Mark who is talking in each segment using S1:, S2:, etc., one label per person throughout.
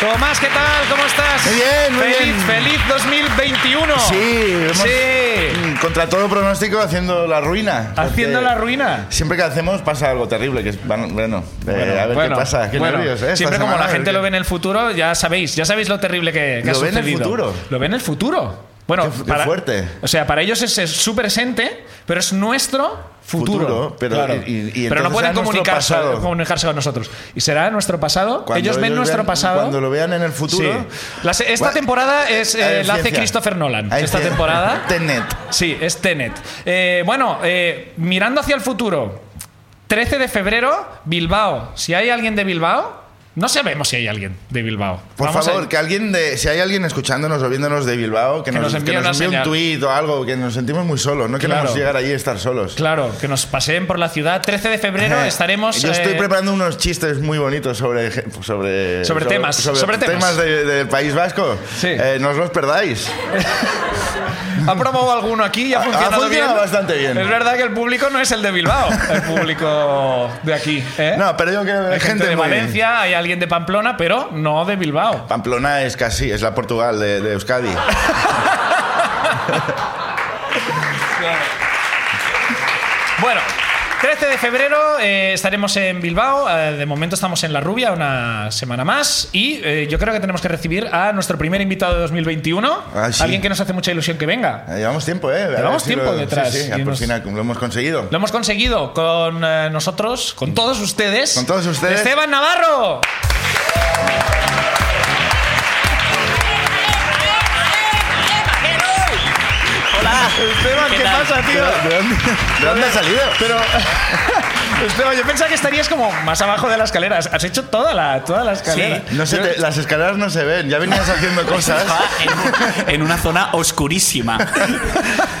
S1: Tomás, ¿qué tal? ¿Cómo estás?
S2: Muy bien, muy
S1: feliz,
S2: bien.
S1: Feliz 2021.
S2: Sí, hemos-
S1: Sí.
S2: mm, contra todo pronóstico haciendo la ruina.
S1: Haciendo
S2: Porque
S1: la ruina.
S2: Siempre que hacemos pasa algo terrible, que es, van- bueno, eh, a ver
S1: Bueno,
S2: qué pasa, qué
S1: bueno,
S2: nervios, ¿eh?
S1: Siempre
S2: Esta
S1: como
S2: semana,
S1: la
S2: a ver
S1: gente
S2: qué-
S1: lo ve en el futuro, ya sabéis, ya sabéis lo terrible que, que ha
S2: Lo ve en el
S1: sucedido.
S2: futuro.
S1: Lo ve en el futuro. Bueno,
S2: Qué fu- qué fuerte.
S1: O sea, para ellos es, es su presente, pero es nuestro futuro.
S2: Futuro, pero-
S1: Claro.
S2: y- y- y
S1: Pero no
S2: entonces
S1: pueden
S2: será nuestro
S1: comunicarse,
S2: pasado.
S1: comunicarse con nosotros. Y será nuestro pasado.
S2: Cuando
S1: ellos ven nuestro
S2: vean-
S1: pasado.
S2: Cuando lo vean en el futuro.
S1: Sí. La se- esta
S2: Bueno,
S1: temporada es, eh,
S2: hay
S1: la hace
S2: ciencia.
S1: Christopher Nolan.
S2: Hay
S1: esta
S2: ciencia.
S1: temporada.
S2: Tenet.
S1: Sí, es Tenet. Eh, bueno, eh, mirando hacia el futuro, 13 de febrero, Bilbao. Si hay alguien de Bilbao, no sabemos si hay alguien de Bilbao.
S2: Por
S1: Vamos a-
S2: favor, que alguien de, si hay alguien escuchándonos o viéndonos de Bilbao, que,
S1: Que nos
S2: nos, que
S1: envíe
S2: nos
S1: una
S2: envíe un
S1: señal.
S2: tuit o algo, que nos sentimos muy solos, no
S1: Claro.
S2: queremos llegar allí y estar solos.
S1: Claro, que nos paseen por la ciudad. 13 de febrero
S2: Eh,
S1: estaremos.
S2: Yo estoy
S1: eh,
S2: preparando unos chistes muy bonitos sobre. Sobre,
S1: Sobre temas, sobre temas.
S2: de- del País Vasco.
S1: Sí. Eh,
S2: Eh, no os los perdáis.
S1: Ha probado alguno aquí y ha
S2: Ha- ha
S1: funcionado
S2: funcionado
S1: bien.
S2: bastante bien.
S1: Es verdad que el público no es el de Bilbao, el público de aquí. ¿eh?
S2: No, pero yo creo que
S1: hay gente, de
S2: muy-
S1: Valencia, hay alguien de Pamplona, pero no de Bilbao.
S2: Pamplona es casi, es la Portugal de, de Euskadi. Eh,
S1: Bueno, 13 de febrero eh, estaremos en Bilbao. eh, de momento estamos en La Rubia una semana más. Y eh, yo creo que tenemos que recibir a nuestro primer invitado de 2021.
S2: Ah, sí.
S1: Alguien que nos hace mucha ilusión que venga.
S2: Eh, Llevamos tiempo, ¿eh? A ver
S1: Llevamos tiempo
S2: lo-
S1: detrás.
S2: Sí, sí,
S1: Y
S2: por
S1: hemos-
S2: fin lo hemos conseguido.
S1: Lo hemos conseguido con eh, nosotros, con todos ustedes.
S2: Con todos ustedes.
S1: Esteban Navarro.
S3: Hola.
S1: Esteban,
S3: ¿Qué tal?
S2: ¿De dónde, de dónde ha
S1: eh,
S2: salido? Pero,
S1: Esteban, yo Este, pensaba que estarías como más abajo de las escaleras. Has hecho toda la, toda la escalera.
S2: no sé, te- las escaleras no se ven, ya venías haciendo cosas.
S3: Estaba Ah, en, en una zona oscurísima.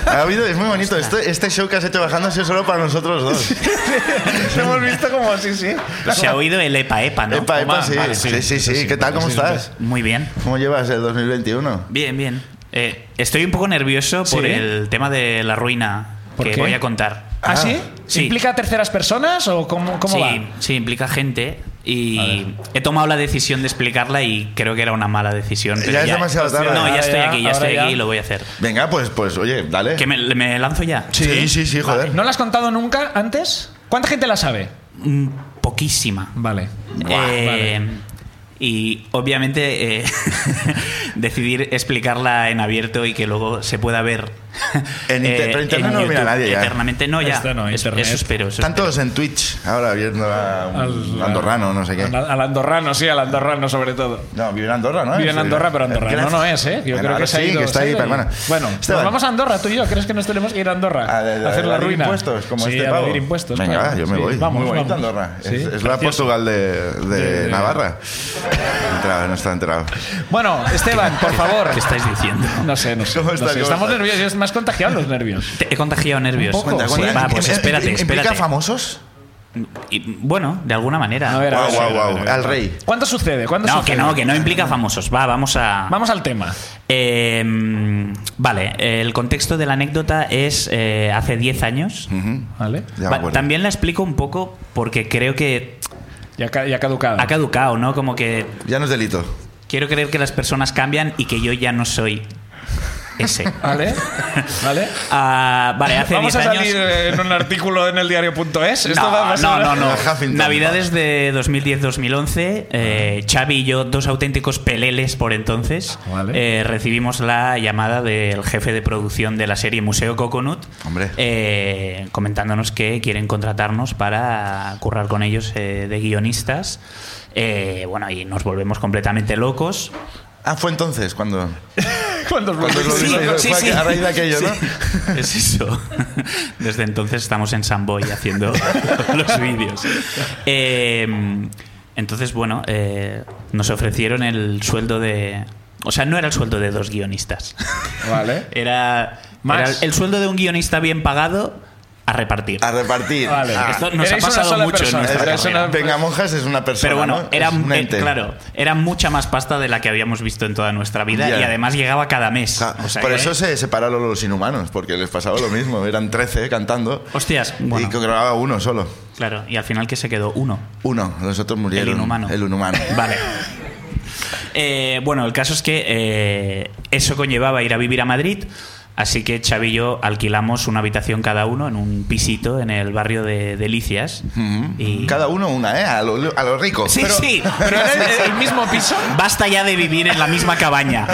S2: Ha habido, es muy bonito. Este, este show que has hecho bajando ha sido solo para nosotros dos.
S1: Te hemos visto como así, sí.
S3: Pues Se ha oído el epa epa, ¿no?
S2: Epa, epa,
S3: Toma,
S2: sí,
S3: vale,
S2: sí, sí, sí, ¿Qué tal? ¿Cómo estás?
S3: Muy bien.
S2: ¿Cómo llevas el 2021?
S3: Bien, bien. Eh, estoy un poco nervioso por
S1: ¿Sí?
S3: el tema de la ruina
S1: ¿Por
S3: que
S1: qué?
S3: voy a contar.
S1: ¿Ah, sí?
S3: Sí.
S1: ¿Implica terceras personas o cómo, cómo
S3: sí,
S1: va?
S3: sí, implica gente y he tomado la decisión de explicarla y creo que era una mala decisión. pero
S2: Ya es demasiado tarde.
S3: No, ya
S1: Ahora
S3: estoy
S1: ya,
S3: aquí, ya
S1: ahora
S3: estoy
S1: ya.
S3: aquí y lo voy a hacer.
S2: Venga, pues, pues oye, dale.
S3: ¿Que me, me lanzo ya?
S2: Sí, sí, sí, joder.
S1: ¿No la has contado nunca antes? ¿Cuánta gente la sabe?
S3: Mm, Poquísima.
S1: Vale.
S3: Eh,
S1: vale.
S3: Y obviamente eh, decidir explicarla en abierto y que luego se pueda ver. eh,
S2: En inter- pero internet no lo mira
S3: YouTube
S2: nadie ya.
S3: Eternamente, no, ya.
S1: Esto no,
S3: Es-
S1: internet.
S3: Eso espero. eso
S2: Están todos en Twitch ahora viendo a un
S1: pues Al-
S2: andorrano, no sé qué.
S1: Al, al andorrano, sí, al andorrano sobre todo.
S2: No, vive en Andorra, ¿no?
S1: Vive
S2: Es
S1: en
S2: el-
S1: Andorra, pero
S2: ¿Qué le
S1: andorrano no
S2: hace?
S1: es, ¿eh? Yo
S2: Ah, Bueno,
S1: creo que
S2: ahora
S1: se ha
S2: sí,
S1: ido.
S2: que
S1: se
S2: está
S1: ha
S2: ahí,
S1: ido.
S2: pero bueno.
S1: Bueno,
S2: Esteban.
S1: nos vamos a Andorra, tú y yo. ¿Crees que nos tenemos que ir a Andorra?
S2: Ah, de- de-
S1: a hacer
S2: de
S1: la
S2: evadir
S1: ruina.
S2: impuestos, como
S1: sí,
S2: este
S1: a
S2: pavo.
S1: evadir impuestos.
S2: Venga,
S1: claro.
S2: va, yo me
S1: Sí,
S2: voy.
S1: Vamos,
S2: Muy bonita
S1: vamos.
S2: Andorra. Es,
S1: Sí,
S2: es la
S1: precioso.
S2: Portugal de, de
S1: De-
S2: Navarra. Entrado, no está enterado.
S1: Bueno, Esteban, por favor.
S3: espero. ¿Qué estáis diciendo?
S1: No sé, no sé.
S2: ¿Cómo
S1: no
S2: estás?
S1: sé.
S2: ¿Cómo
S1: Estamos
S2: estás?
S1: nerviosos, es más contagiado los nervios.
S3: Te- he contagiado nervios.
S1: Un poco,
S2: Cuenta,
S1: sí.
S2: cuenta.
S3: Va, pues
S2: Im- im-
S3: espérate,
S2: im-
S3: espérate.
S2: ¿Implica famosos?
S3: Y, bueno, de alguna manera.
S1: A ver, a
S2: Guau,
S1: ver.
S2: guau, guau. Al rey.
S1: ¿Cuánto sucede? ¿Cuánto
S3: No,
S1: sucede?
S3: que no, que no implica famosos. Va, vamos a.
S1: Vamos al tema.
S3: Eh, mm, vale, el contexto de la anécdota es eh, hace 10 años.
S2: Ujú,
S1: ¿Vale?
S2: Mm, ya me
S3: Va-
S2: acuerdo.
S3: También la explico un poco porque creo que
S1: Ya, ca- ya caducado.
S3: ha caducado, ¿no? Como que
S2: Ya no es delito.
S3: Quiero creer que las personas cambian y que yo ya no soy ese.
S1: ¿Vale? ¿Vale?
S3: Ah, vale, hace
S1: Ah. Vamos a
S3: 10 años.
S1: salir eh, en un artículo en el diario.es. Esto
S3: No,
S1: va a
S3: no,
S1: ser-
S3: no, no.
S2: en la Huffington.
S3: Navidades de 2010-2011, eh, Xavi y yo, dos auténticos peleles por entonces,
S1: Vale.
S3: eh, recibimos la llamada del jefe de producción de la serie Museo Coconut,
S2: Hombre.
S3: eh, comentándonos que quieren contratarnos para currar con ellos eh, de guionistas. Eh, bueno, y nos volvemos completamente locos.
S2: Ah, fue entonces cuando.
S1: ¿Cuántos
S2: cuando
S1: bloques?
S2: lo
S3: Sí,
S2: hizo-
S3: sí,
S2: fue
S3: sí.
S2: A raíz de aquello, ¿no?
S3: Es eso. Desde entonces estamos en Samboy haciendo los vídeos. Eh, entonces, bueno, eh, nos ofrecieron el sueldo de. O sea, no era el sueldo de dos guionistas.
S1: Vale.
S3: Era,
S1: Más.
S3: era el sueldo de un guionista bien pagado a repartir.
S2: A repartir.
S1: Vale.
S2: Ah,
S3: Esto nos ha
S1: Erais una
S3: pasado
S1: sola
S3: mucho en
S1: persona,
S3: nuestra
S1: erais
S3: carrera.
S1: una-
S2: Venga, monjas es una persona.
S3: Pero bueno,
S2: ¿no?
S3: era,
S2: Es un
S3: eh,
S2: ente.
S3: claro, era mucha más pasta de la que habíamos visto en toda nuestra vida
S2: Ya.
S3: y además llegaba cada mes.
S2: O sea,
S3: O sea
S2: por
S3: que-
S2: eso se separaron los inhumanos, porque les pasaba lo mismo. Eran 13 cantando
S3: Hostias, bueno,
S2: y que grababa uno solo.
S3: claro, y al final que se quedó uno.
S2: Uno, los otros murieron.
S3: El inhumano.
S2: El inhumano.
S3: Vale. Eh, bueno, el caso es que eh, eso conllevaba ir a vivir a Madrid. Así que Xavi y yo alquilamos una habitación cada uno en un pisito en el barrio de Delicias. y
S2: Cada uno una, ¿eh? A lo, a lo rico.
S3: Sí,
S2: Pero-
S3: sí.
S1: ¿Pero era el, el mismo piso?
S3: Basta ya de vivir en la misma cabaña.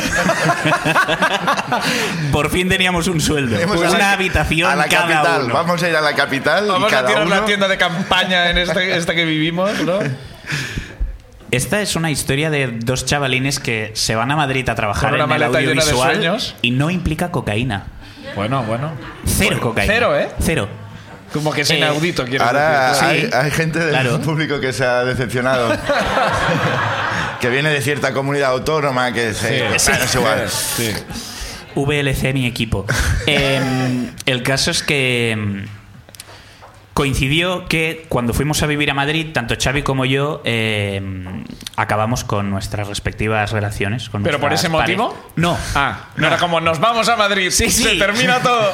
S3: Por fin teníamos un sueldo. Pues
S2: Hemos
S3: una
S2: a la-
S3: habitación
S2: a la
S3: cada
S2: capital.
S3: uno.
S2: Vamos a ir a la capital
S1: Vamos
S2: y cada
S1: a tirar
S2: uno...
S1: la tienda de campaña en esta, esta que vivimos, ¿no?
S3: Esta es una historia de dos chavalines que se van a Madrid a trabajar
S1: Con
S3: en
S1: una
S3: el
S1: maleta llena de
S3: audiovisual
S1: sueños.
S3: y no implica cocaína.
S1: Bueno, bueno.
S3: Cero cocaína.
S1: cero, ¿eh?
S3: Cero.
S1: Como que es
S3: Eh,
S1: inaudito, quiero
S2: Ahora
S1: decir.
S2: hay, hay gente del
S3: claro.
S2: público que se ha decepcionado. que viene de cierta comunidad autónoma que se...
S3: Sí.
S2: Bueno, es igual.
S1: Sí.
S3: VLC mi equipo. Em, el caso es que em, coincidió que cuando fuimos a vivir a Madrid, tanto Xavi como yo em, acabamos con nuestras respectivas relaciones. con
S1: ¿Pero por
S3: nuestras
S1: ese motivo?
S3: parejas. No.
S1: Ah, no era como nos vamos a Madrid,
S3: Sí, sí.
S1: se termina todo.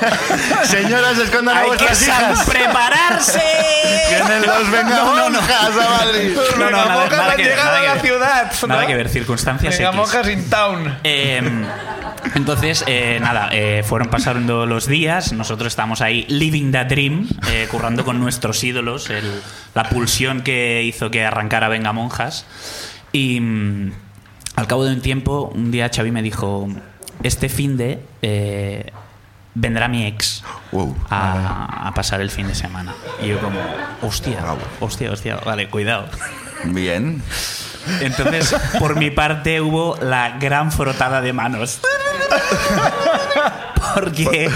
S2: Señoras, escondan a
S1: pues
S3: Hay que
S2: vuestras hijas.
S3: saber prepararse.
S2: Vienen los
S3: No, no, no.
S2: vengamonjas a Madrid.
S3: No, no,
S1: Venga,
S3: nada-
S1: monjas
S3: nada
S1: han
S3: que ver,
S1: llegado
S3: nada que
S1: a la
S3: ver.
S1: ciudad. ¿no?
S3: Nada que ver, circunstancias
S1: Venga,
S3: X.
S1: monjas in town.
S3: Eh, entonces, eh, nada, eh, fueron pasando los días, nosotros estábamos ahí living the dream, eh, currando con nuestros ídolos, el- la pulsión que hizo que arrancara Venga Monjas. Y mm, al cabo de un tiempo, un día Xavi me dijo, este fin de... eh, vendrá mi ex
S2: Wow.
S3: Ah. a, a pasar el fin de semana. Y yo como, hostia,
S2: Bravo.
S3: hostia, hostia, vale, cuidado.
S2: Bien.
S3: Entonces, por mi parte hubo la gran frotada de manos. Porque...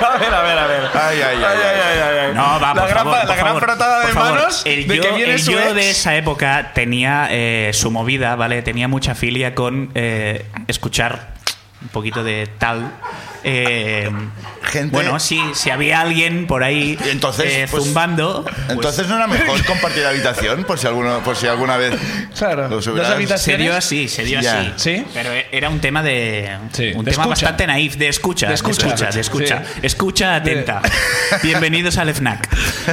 S1: A ver, a ver, a ver.
S2: Ay, ay, ay, ay.
S3: No, va,
S1: la
S3: por
S1: gran,
S3: favor,
S1: pa- la
S3: por
S1: gran
S3: favor,
S1: frotada de
S3: por favor.
S1: manos
S3: El
S1: de
S3: yo,
S1: que viene
S3: el
S1: su
S3: yo
S1: ex.
S3: de esa época tenía eh, su movida, ¿vale? Tenía mucha filia con eh, escuchar un poquito de tal... eh,
S2: Gente-
S3: Bueno, sí, si había alguien por ahí
S2: Y entonces,
S3: eh,
S2: pues,
S3: zumbando...
S2: Entonces no era mejor compartir habitación por si alguno, por si alguna vez
S1: Claro.
S2: los
S1: Dos
S2: hubieras-
S1: habitaciones.
S3: Se dio así, se dio
S2: Ya.
S3: así.
S1: ¿Sí?
S3: Pero era un tema de.
S1: Sí,
S3: Un
S1: de
S3: tema
S1: escucha.
S3: bastante naif, de escucha.
S1: De escucha.
S3: de escucha.
S1: Sí.
S3: Escucha atenta. Bienvenidos al FNAC.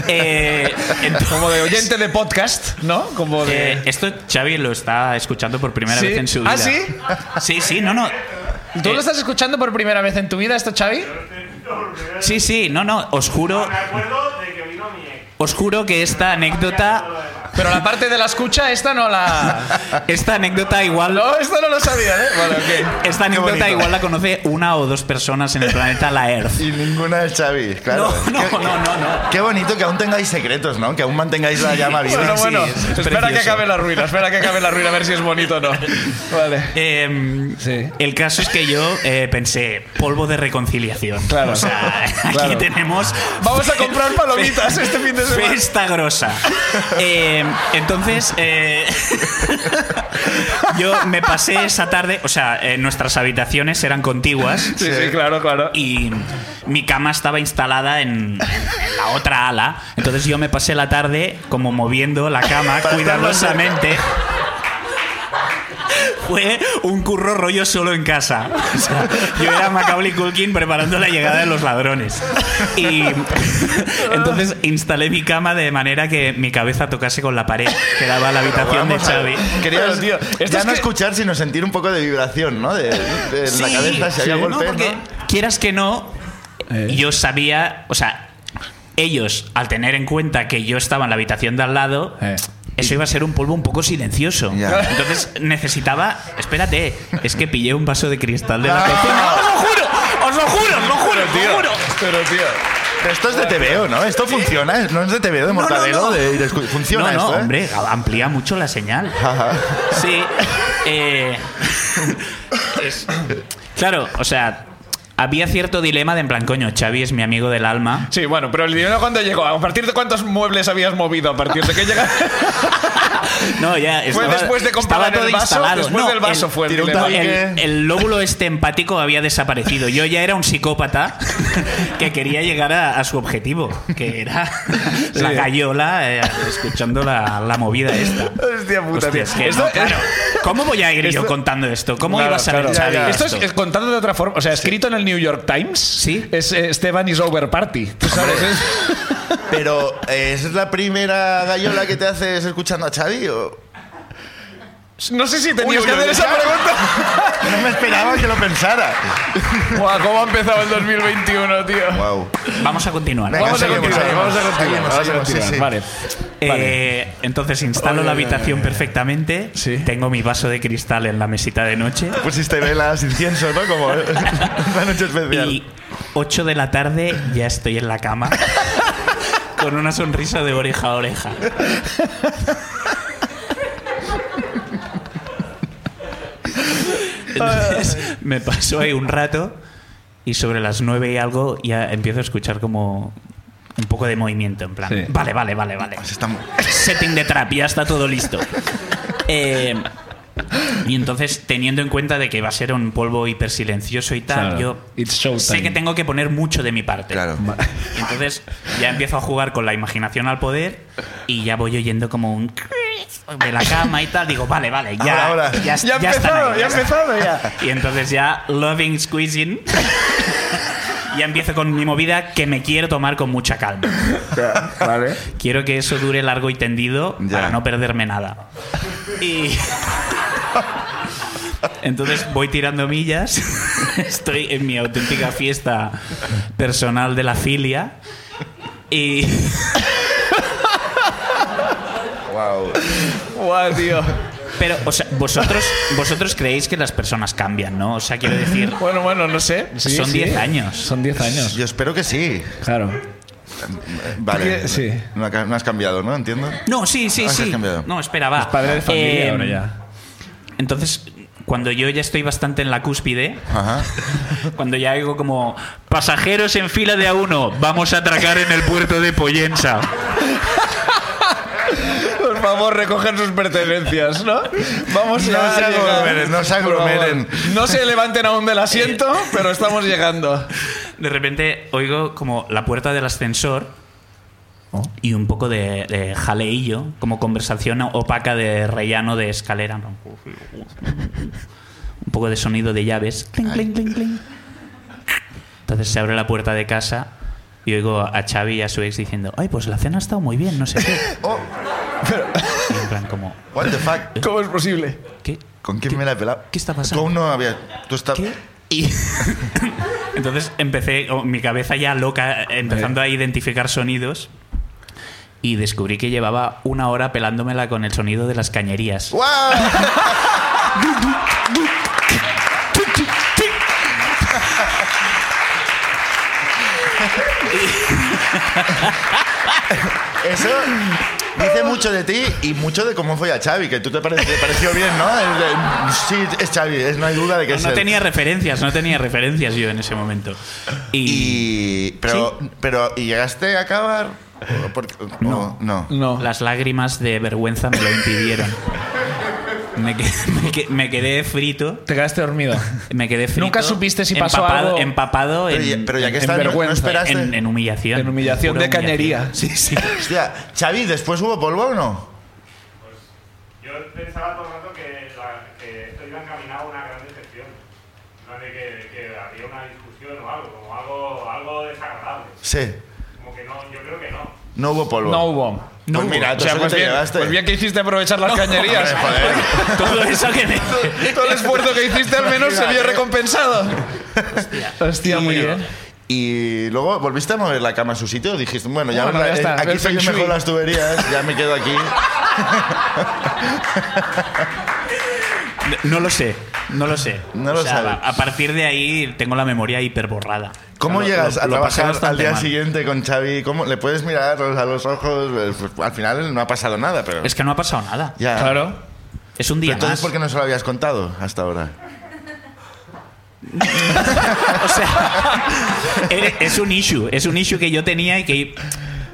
S3: Eh, entonces,
S1: Como de oyente de podcast, ¿no? Como de.
S3: eh, esto Xavi lo está escuchando por primera
S1: Sí.
S3: vez en su vida.
S1: ¿Ah, sí?
S3: Sí, sí, no, no.
S1: ¿Tú
S3: Eh,
S1: lo estás escuchando por primera vez en tu vida esto, Xavi?
S3: Sí, sí, no, no. Os juro,
S4: Me acuerdo de que vino mi ex.
S3: os juro que esta anécdota.
S1: Pero la parte de la escucha, esta no la.
S3: Esta anécdota igual.
S1: No, esto no lo sabía, ¿eh? Bueno, ok.
S3: Esta
S2: bonito.
S3: anécdota igual la conoce una o dos personas en el planeta La Earth.
S2: Y ninguna es Xavi, claro.
S3: No, no,
S2: Qué-
S3: no, no, no.
S2: Qué bonito que aún tengáis secretos, ¿no? Que aún mantengáis la llama viva.
S1: Bueno,
S3: Sí,
S1: bueno,
S3: es
S1: espera que
S3: precioso.
S1: acabe la ruina, espera que acabe la ruina a ver si es bonito o no. Vale.
S3: Em,
S1: Sí.
S3: El caso es que yo eh, pensé, polvo de reconciliación.
S1: Claro.
S3: O sea, aquí
S1: Claro.
S3: tenemos
S1: Vamos a comprar palomitas este fin de semana.
S3: festa grosa. Em, entonces, eh, yo me pasé esa tarde, o sea, eh, nuestras habitaciones eran contiguas
S1: Sí, sí, claro, claro.
S3: y mi cama estaba instalada en, en la otra ala. Entonces yo me pasé la tarde como moviendo la cama cuidadosamente. Fue un curro rollo solo en casa. O sea, yo era Macaulay Culkin preparando la llegada de los ladrones. Y entonces instalé mi cama de manera que mi cabeza tocase con la pared que daba a la habitación de
S2: Vamos a ver.
S3: Xavi. Pues,
S2: Querías
S1: Pero, tío, esto
S2: ya
S1: es
S2: no
S1: que-
S2: escuchar, sino sentir un poco de vibración, ¿no? De, de
S3: Sí,
S2: la cabeza, si había
S3: sí.
S2: golpes,
S3: No, porque quieras que no, yo sabía, o sea, ellos, al tener en cuenta que yo estaba en la habitación de al lado,
S1: Eh.
S3: eso iba a ser un polvo un poco silencioso.
S2: Ya.
S3: Entonces necesitaba, espérate, es que pillé un vaso de cristal de la
S2: Ah.
S3: cocina. ¡Os lo juro! ¡Os lo juro! ¡Os lo juro! ¡Os lo juro!
S1: Pero, tío.
S2: Pero esto es de TVO, ¿no? Esto funciona, ¿eh? no es de TVO, de mortadelo,
S3: no.
S2: de, de escu-
S3: No,
S2: funciona
S3: no,
S2: esto, ¿eh?
S3: hombre, amplía mucho la señal.
S2: Ajá.
S3: Sí. eh, es- claro, o sea, había cierto dilema de en plan, coño, Xavi es mi amigo del alma.
S1: Sí, bueno, pero el dinero cuando llegó, ¿a partir de cuántos muebles habías movido? ¿A partir de qué llega?
S3: No, ya
S1: Fue
S3: estaba,
S1: después de comprar
S3: estaba
S1: el
S3: todo
S1: vaso,
S3: instalado.
S1: después
S3: No,
S1: del vaso
S3: el,
S1: fue el
S2: tiró un
S1: dilema.
S2: tabique.
S3: el- el lóbulo este empático había desaparecido. Yo ya era un psicópata que quería llegar a, a su objetivo, que era la
S1: Sí.
S3: gallola eh, escuchando la, la movida esta.
S1: Hostia puta,
S3: Hostia, es
S1: tío.
S3: que
S1: Esto-
S3: no, ¿eh? claro. ¿Cómo voy a ir yo
S1: esto-
S3: contando esto? ¿Cómo
S1: Claro,
S3: iba a saber
S1: claro.
S3: Xavi
S2: Ya, ya.
S1: Esto es,
S3: esto?
S1: es contado de otra forma. O sea, escrito en el New York Times.
S3: Sí.
S1: Es eh, Esteban is over party. ¿Tú sabes? Es-
S2: Pero, eh, ¿es la primera gallola que te haces escuchando a Xavi o...?
S1: No sé si tenías
S2: Uy,
S1: que
S2: uy,
S1: hacer
S2: uy,
S1: esa
S2: ya.
S1: pregunta.
S2: No me esperaba que lo pensara.
S1: Guau, ¿cómo ha empezado el 2021, tío?
S2: Wow.
S3: Vamos a continuar.
S2: Venga,
S1: Vamos a
S2: seguimos,
S1: continuar,
S2: seguimos,
S1: vamos a continuar,
S2: seguimos,
S1: vamos a
S2: seguimos, sí,
S1: continuar.
S2: sí.
S1: Vale.
S3: Eh, entonces instalo la habitación perfectamente.
S1: Sí.
S3: Tengo mi vaso de cristal en la mesita de noche.
S2: Pusiste velas, incienso, ¿no? Como una noche especial.
S3: Y 8 de la tarde ya estoy en la cama. con una sonrisa de oreja a oreja. Entonces me paso ahí un rato y sobre las 9 y algo ya empiezo a escuchar como un poco de movimiento en plan.
S1: Sí.
S3: Vale, vale, vale, vale.
S2: Pues está mu-
S3: setting de trap, ya está todo listo. Eh, y entonces, teniendo en cuenta de que va a ser un polvo hipersilencioso y tal,
S1: Claro.
S3: yo
S1: It's showtime.
S3: sé que tengo que poner mucho de mi parte.
S2: Claro.
S3: Y entonces ya empiezo a jugar con la imaginación al poder y ya voy oyendo como un de la cama y tal. Digo, vale, vale, ya.
S2: Ahora, ahora.
S3: Ya, ¿eh?
S1: Ya ha
S3: ya están
S1: empezado,
S3: ahí,
S1: ya ha
S3: están.
S1: empezado ya.
S3: Y entonces ya, loving squeezing. ya empiezo con mi movida que me quiero tomar con mucha calma.
S1: Vale.
S3: Quiero que eso dure largo y tendido
S2: Ya.
S3: para no perderme nada. Y. Entonces voy tirando millas. Estoy en mi auténtica fiesta personal de la filia. Y.
S2: Wow.
S1: Guau, tío.
S3: Pero, o sea, vosotros, vosotros creéis que las personas cambian, ¿no? O sea, quiero decir.
S1: Bueno, bueno, no sé. Sí,
S3: Son
S1: sí.
S3: 10 años.
S1: Son 10 años.
S2: Yo espero que sí.
S1: Claro.
S2: Vale.
S1: Sí.
S2: No, ha- no has cambiado, ¿no? Entiendo.
S3: No, sí, sí,
S2: Ah, que has
S3: sí.
S2: cambiado.
S3: No, espera, va.
S1: Padre de familia
S3: Eh,
S1: ahora ya.
S3: Entonces, cuando yo ya estoy bastante en la cúspide,
S2: Ajá.
S3: Cuando ya algo como pasajeros en fila de a uno, vamos a atracar en el puerto de Poyensa.
S1: Por favor, recogen sus pertenencias, ¿no? Vamos
S2: No
S1: ya.
S2: se
S1: a llegar.
S2: aglomeren, no se
S1: Por favor.
S2: aglomeren.
S1: No se levanten aún del asiento, pero estamos llegando.
S3: De repente oigo como la puerta del ascensor y un poco de, de jaleillo, como conversación opaca de rellano de escalera. Un poco de sonido de llaves. Cling, cling, cling, cling. Entonces se abre la puerta de casa y oigo a Xavi y a su ex diciendo, ay, pues la cena ha estado muy bien, no sé qué.
S2: Oh,
S3: Y en plan como,
S2: what the fuck.
S1: ¿Cómo es posible?
S3: ¿qué?
S2: ¿Con quién me la he pelado?
S3: qué está pasando?
S2: Tú aún no habías. Tú estás.
S3: ¿Qué? Y entonces empecé, o mi cabeza ya loca, empezando a identificar sonidos. Y descubrí que llevaba una hora pelándomela con el sonido de las cañerías.
S2: ¡Wow! Eso dice mucho de ti y mucho de cómo fue a Xavi, que tú te, pare- te pareció bien, ¿no? El de- sí, es Xavi, es- no hay duda de que es
S3: No
S2: él.
S3: tenía referencias, no tenía referencias yo en ese momento. Y,
S2: Y, pero, pero, ¿y llegaste a acabar? O porque- o- no. no.
S1: No.
S3: las lágrimas de vergüenza me lo impidieron. Me, que- me que- me quedé frito.
S1: Te quedaste dormido.
S3: Me quedé frito.
S1: Nunca supiste si pasó
S3: empapado,
S1: algo-
S3: Empapado
S2: Pero,
S3: en,
S2: ya, pero ya que
S1: en
S2: estás, no- no,
S1: vergüenza,
S2: esperaste.
S3: en, en humillación.
S1: En humillación
S3: pura
S1: de cañería.
S3: humillación. Sí, sí.
S2: Hostia, Xavi, ¿después hubo polvo o no?
S4: Yo pensaba todo el rato que, la- que esto iba encaminado a una gran decepción. No de que, que había una discusión o algo, como algo, algo desagradable.
S2: Sí,
S4: Como que no, yo creo que no.
S2: no hubo polvo.
S1: No hubo.
S2: No
S1: Pues
S2: hubo.
S1: mira,
S2: O
S1: o sea,
S2: sea, pues
S1: pues
S2: bien-
S1: bien,
S2: pues bien
S1: que hiciste aprovechar las cañerías.
S2: Hombre, Eh, joder.
S3: Todo eso que me...
S1: Todo el esfuerzo que hiciste al menos se vio recompensado. Hostia, muy bien.
S2: Y luego volviste a mover la cama a su sitio. Dijiste, bueno, ya,
S1: Bueno,
S2: me-
S1: ya está,
S2: aquí
S1: el
S2: sé
S1: feng
S2: que mejor
S1: shui.
S2: las tuberías, ya me quedo aquí.
S3: No lo sé, no lo sé.
S2: No lo sabes.
S3: A partir de ahí tengo la memoria hiperborrada.
S2: ¿Cómo
S3: O sea, lo-
S2: llegas
S3: lo-
S2: a
S3: lo pasé
S2: trabajar al
S3: bastante
S2: día
S3: mal.
S2: siguiente con Xavi? ¿Cómo le puedes mirar a los ojos? Eh, pues, Al final no ha pasado nada, pero...
S3: Es que no ha pasado nada.
S2: ya.
S1: Claro.
S3: Es un
S2: Pero
S3: día
S2: entonces,
S3: más.
S2: ¿por qué no se lo habías contado hasta ahora?
S3: O sea, e- es un issue, es un issue que yo tenía y que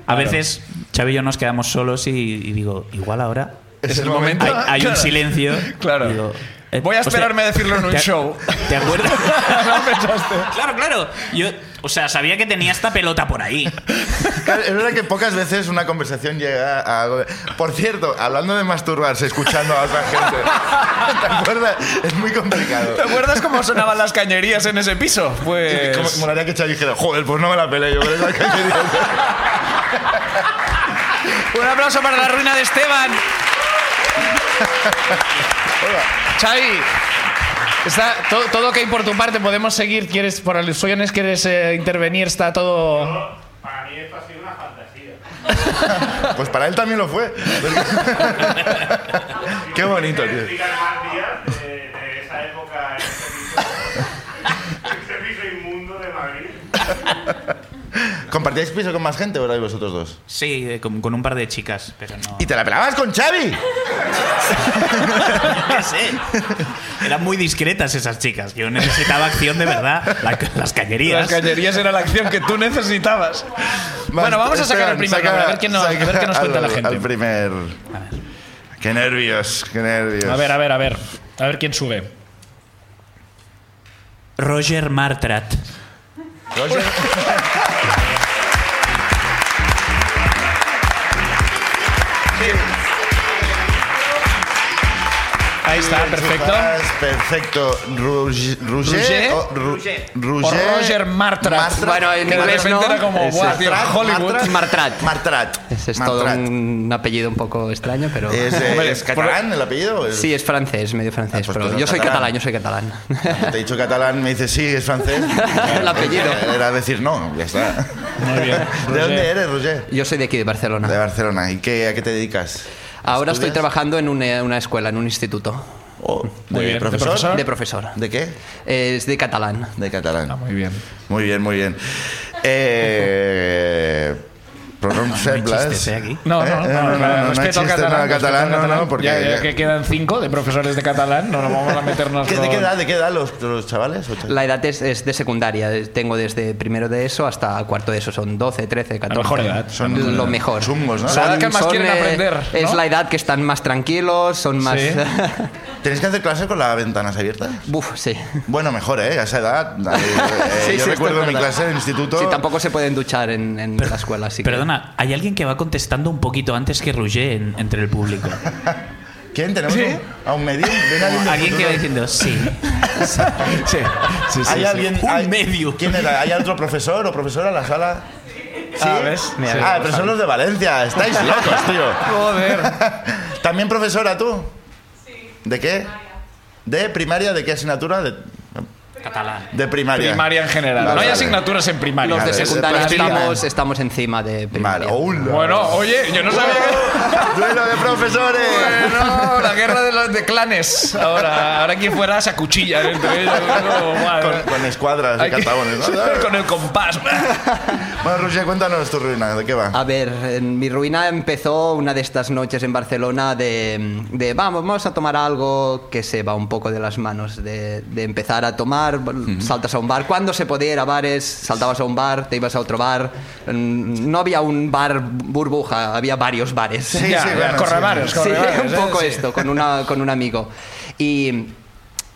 S3: a veces Xavi y yo nos quedamos solos y, y digo, igual ahora
S1: Es el momento.
S3: hay,
S1: Ah,
S3: hay un
S1: claro.
S3: silencio.
S1: Claro.
S3: y digo, eh,
S1: Voy a
S3: hostia,
S1: esperarme a decirlo en un
S3: ¿te ac-
S1: show.
S3: ¿Te acuerdas?
S1: ¿No pensaste?
S3: claro, claro. Yo, o sea, sabía que tenía esta pelota por ahí.
S2: Claro, es verdad que pocas veces una conversación llega a algo de... Por cierto, hablando de masturbarse, escuchando a otra gente. ¿Te acuerdas? Es muy complicado.
S1: ¿Te acuerdas cómo sonaban las cañerías en ese piso? Pues.
S2: Como, molaría que Xavi dijera, joder, pues no me la peleé yo. pero es la que quería".
S1: Un aplauso para la ruina de Esteban. Xavi, está to- todo que hay por tu parte. Podemos seguir. ¿Quieres, por alusiones, quieres eh, intervenir? Está todo.
S4: Yo, para mí esto ha sido una fantasía.
S2: Pues para él también lo fue. Qué bonito,
S4: Me
S2: tío.
S4: explican más días de, de esa época en ese piso, ese piso inmundo de Madrid.
S2: ¿Compartíais piso con más gente o erais vosotros dos?
S3: Sí, eh, con, con un par de chicas, pero no.
S2: ¿Y te la pelabas con Xavi?
S3: ¿Qué sé? Eran muy discretas esas chicas. Yo necesitaba acción de verdad. La- las cañerías.
S1: Las cañerías era la acción que tú necesitas.
S2: Vas,
S1: bueno, vamos a sacar
S2: espera,
S1: al primer
S2: saca-
S1: nombre, a ver qué nos, a ver
S2: saca
S1: qué nos cuenta
S2: al-
S1: la gente.
S2: Al primer. Qué nervios, qué nervios.
S1: A ver, a ver, a ver. A ver quién sube.
S3: Roger Martrat.
S2: Roger.
S1: Ahí está, perfecto.
S2: Estás Perfecto. Rouge- Rouget.
S1: Rouget.
S2: o
S1: O
S2: Ru- Rouget.
S1: Roger Martrat.
S5: Bueno, en
S1: que de
S5: inglés
S1: repente
S5: no.
S1: era como,
S5: Es
S1: "Buah,
S5: Martrat,
S1: tío, Hollywood.
S2: Martrat.
S5: Martrat.
S2: Martrat.
S5: Ese es
S2: Martrat.
S5: todo un apellido un poco extraño, pero.
S2: ¿Es, eh,
S1: Hombre,
S2: es catalán el apellido? Es-
S5: Sí, es francés, medio francés.
S2: Ah, pues
S5: pero
S2: todo
S5: yo soy
S2: catalán.
S5: catalán, yo soy catalán.
S2: Te he dicho catalán, me dices sí, es francés.
S5: El apellido.
S2: Era decir no, ya está.
S1: Muy bien.
S2: ¿De
S1: Roger.
S2: dónde eres, Roger?
S5: Yo soy de aquí, de Barcelona.
S2: De Barcelona. ¿Y qué, a qué te dedicas?
S5: Ahora estoy
S2: ¿Estudias?
S5: trabajando en una, una escuela, en un instituto
S2: Oh,
S1: Muy
S2: ¿De
S1: bien, ¿de
S2: profesor?
S1: profesor?
S5: de profesor.
S2: ¿Ah? ¿De qué?
S5: Es de catalán.
S2: De catalán.
S1: Ah, muy bien.
S2: Muy bien, muy bien. Eh,
S3: No
S2: pronuncia
S1: Ah,
S3: hay chistes, ¿eh? Aquí.
S1: No, no, no, no, no,
S2: hay
S1: respeto al catalán.
S2: chistes, no,
S1: respeto al
S2: catalán, no,
S1: catalán.
S2: no, porque
S1: Ya, ya
S2: ya-
S1: que quedan cinco de profesores de catalán, no nos vamos a meternos
S2: ¿Qué- ¿De
S1: con-
S2: qué edad, de qué edad los, los chavales? o chavales?
S5: La edad es, es de secundaria. Tengo desde primero de eso hasta cuarto de eso. Son 12, 13, 14.
S1: mejor edad.
S2: Son eh,
S5: lo mejor. eh,
S2: chungos, ¿no?
S1: La edad que más quieren aprender,
S5: Es
S1: ¿no?
S5: la edad que están más tranquilos, son más.
S1: Sí.
S2: ¿Tenéis que hacer clases con las ventanas abiertas?
S5: Buf, sí.
S2: Bueno, mejor, ¿eh? A esa edad. eh, eh,
S5: Sí,
S2: yo
S5: sí,
S2: recuerdo
S5: esto es
S2: mi
S5: verdad.
S2: clase en el instituto.
S5: Sí, tampoco se pueden duchar en, en la escuela, así que-
S3: Perdona, hay alguien que va contestando un poquito antes que Roger en- entre el público.
S2: ¿Quién? ¿Tenemos
S1: Sí.
S2: un- a un medio? ¿Viene alguien del
S3: Alguien que va
S2: futuro?
S3: diciendo sí.
S1: Sí, sí, sí,
S2: ¿Hay
S1: sí.
S2: alguien?
S3: Un
S2: hay-
S3: medio.
S2: ¿Quién era? ¿Hay otro profesor o profesora en la sala? ¿Sí?
S1: Ah, ¿ves? Mira,
S2: ah, pero son los de Valencia. Estáis locos, tío.
S1: Joder.
S2: ¿También profesora tú? Sí. ¿De qué? ¿De primaria? ¿De qué asignatura? De,
S3: Catalán.
S2: de primaria.
S1: Primaria en general.
S2: Vale,
S1: no hay
S2: vale.
S1: asignaturas en primaria.
S5: Los de
S2: Claro, es-
S5: secundaria
S2: pero están-
S5: estamos, estamos encima de
S2: Vale.
S5: primaria.
S2: hola.
S1: Bueno, oye, yo no sabía que...
S2: Duelo de profesores.
S1: Bueno, la guerra de, los, de clanes. Ahora, ahora quien fuera se acuchilla entre ellos. ¿no? Guau.
S2: Con, con escuadras de
S1: Hay que-
S2: catabones, ¿no?
S1: con el compás.
S2: Bueno, Roger, cuéntanos tu ruina. ¿De qué va?
S5: A ver, en mi ruina empezó una de estas noches en Barcelona de, de, vamos, vamos a tomar algo que se va un poco de las manos, de, de empezar a tomar, saltas a un bar, cuando se podía ir a bares, saltabas a un bar, te ibas a otro bar, Mm, no había un bar burbuja, había varios bares.
S2: Sí,
S1: ya,
S2: sí,
S1: ya,
S2: bueno,
S1: corravaros,
S2: sí.
S5: Sí,
S1: corravaros,
S5: un
S1: ¿eh?
S5: poco
S1: Sí.
S5: esto, con, una, con un amigo. Y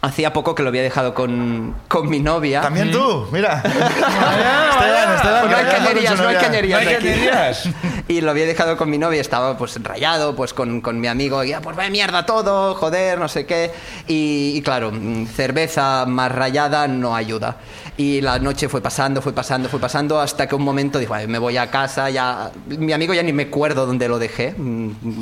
S5: hacía poco que lo había dejado con, con mi novia.
S2: También tú, mira.
S1: Vaya,
S2: Esteban,
S1: vaya.
S2: Esteban.
S5: No hay
S2: ¿qué haces con
S5: cañerías,
S2: su
S5: no hay
S2: novia?
S5: cañerías.
S1: No hay
S5: aquí.
S1: cañerías.
S5: Y lo había dejado con mi novia, estaba pues rayado, pues con, con mi amigo, y ya, pues vaya mierda todo, joder, no sé qué. Y, y claro, mm, cerveza más rayada no ayuda. Y la noche fue pasando, fue pasando, fue pasando, hasta que un momento dijo, "Ay, me voy a casa, ya... Mi amigo ya ni me acuerdo dónde lo dejé. Mm,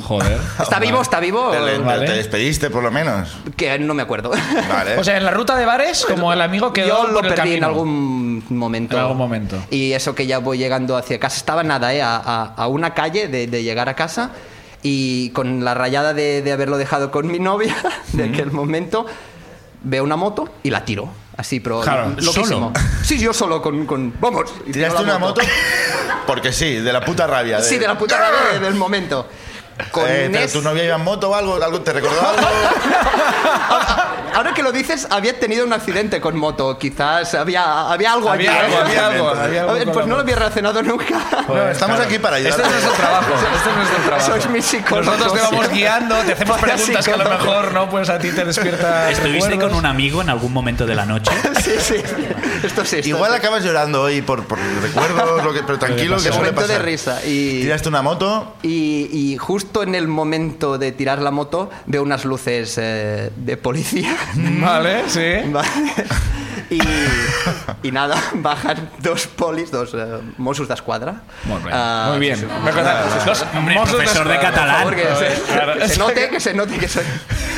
S1: Joder.
S5: ¿Está vivo? ¿Está vivo?
S2: Te, le- te-
S1: Vale.
S2: te despediste, por lo menos.
S5: Que no me acuerdo.
S2: Vale.
S1: O sea, en la ruta de bares, como el amigo quedó
S5: Yo lo
S1: por el
S5: perdí en
S1: camino.
S5: algún momento.
S1: En algún momento.
S5: Y eso que ya voy llegando hacia casa. Estaba nada, ¿eh? A, a- a una calle de, de llegar a casa. Y con la rayada de, de haberlo dejado con mi novia de aquel momento, veo una moto y la tiro. Así, pero
S1: Claro, solo.
S5: loquísimo. Sí, yo solo con... con- vamos. y tiro
S2: ¿Tiraste
S5: la
S2: una moto? Porque sí, de la puta rabia.
S5: Sí, de la puta
S1: ¡Ah!
S5: rabia de- del momento. Con
S2: Eh, pero
S5: es-
S2: tu novia iba en moto o algo, algo te recordó algo.
S5: Ahora que lo dices, había tenido un accidente con moto. Quizás había, había algo
S1: Había
S5: allí,
S1: algo,
S5: ¿eh?
S1: había algo, había algo
S5: A ver,
S1: con
S5: pues
S1: la
S5: no lo
S1: moto.
S5: había relacionado nunca.
S2: No, estamos aquí para ayudar.
S1: Este es nuestro trabajo. Este es nuestro trabajo.
S5: Sois mis psicólogos.
S1: Nosotros te vamos guiando, te hacemos
S5: Vaya
S1: preguntas que a lo
S5: psicólogo.
S1: mejor no, pues a ti te despierta.
S3: ¿Estuviste
S1: recuerdos.
S3: con un amigo en algún momento de la noche?
S5: Sí, sí. Esto
S1: este
S5: sí. esto
S2: Igual
S5: sí.
S2: acabas llorando hoy por, por recuerdos, lo que, pero tranquilo, que
S5: De
S2: suele
S5: momento
S2: pasar.
S5: de risa. Y,
S1: este
S2: Tiraste una moto.
S5: y, y justo en el momento de tirar la moto, veo unas luces eh, de policía.
S1: Vale, sí.
S5: Vale. Y, y nada, bajan dos polis, dos eh, Mossos de Escuadra.
S1: Molt bé.
S5: Ah,
S1: Muy bien.
S5: sí, sí.
S1: Me acuerdo- los
S3: Hombre,
S1: Mossos
S3: profesor de
S1: d'Esquadra.
S5: Por favor,
S3: catalán.
S5: que se,
S1: Claro.
S5: que se note, que se note que soy...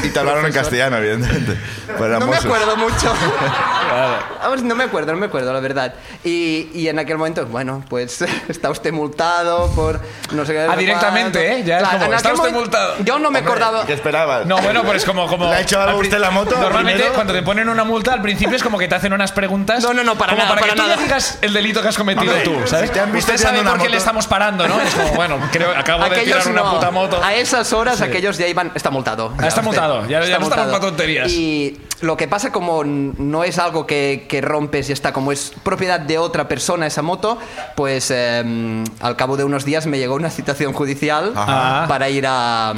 S2: Y te hablaron en castellano, evidentemente. Pero eran
S5: No me
S2: mozos.
S5: acuerdo mucho. Vamos, No me acuerdo, no me acuerdo, la verdad. Y, y en aquel momento, bueno, pues está usted multado por no sé qué. no sé
S1: Ah, directamente,
S5: cuánto.
S1: ¿eh? Ya es como,
S5: en
S1: está
S5: aquel
S1: usted
S5: momento-
S1: multado.
S5: Yo no me
S2: Hombre,
S5: acordaba.
S2: ¿Qué esperabas?
S1: No, bueno, pero es como. como
S2: ¿Le ha hecho algo
S1: al pri-
S2: usted la moto,
S1: Normalmente,
S2: primero?
S1: cuando te ponen una multa, al principio es como que te hacen unas preguntas.
S5: No, no, no, para
S1: como
S5: nada,
S1: Para,
S5: para
S1: que tú
S5: nada.
S1: ya digas el delito que has cometido
S2: Hombre,
S1: tú, ¿sabes?
S2: si te han visto
S1: Usted
S2: tirando
S1: sabe
S2: una
S1: por qué
S2: moto-
S1: le estamos parando, ¿no? Es como, bueno, creo, acabo de
S5: Aquellos
S1: tirar una
S5: no.
S1: puta moto.
S5: A esas horas, aquellos ya iban. Está multado.
S1: Ah, está multado, ya- ya no estamos
S5: multado.
S1: pa' tonterías.
S5: Y lo que pasa, como n- no es algo que, que rompes y está, como es propiedad de otra persona esa moto, pues eh, al cabo de unos días me llegó una citación judicial
S1: Ajá.
S5: para ir a.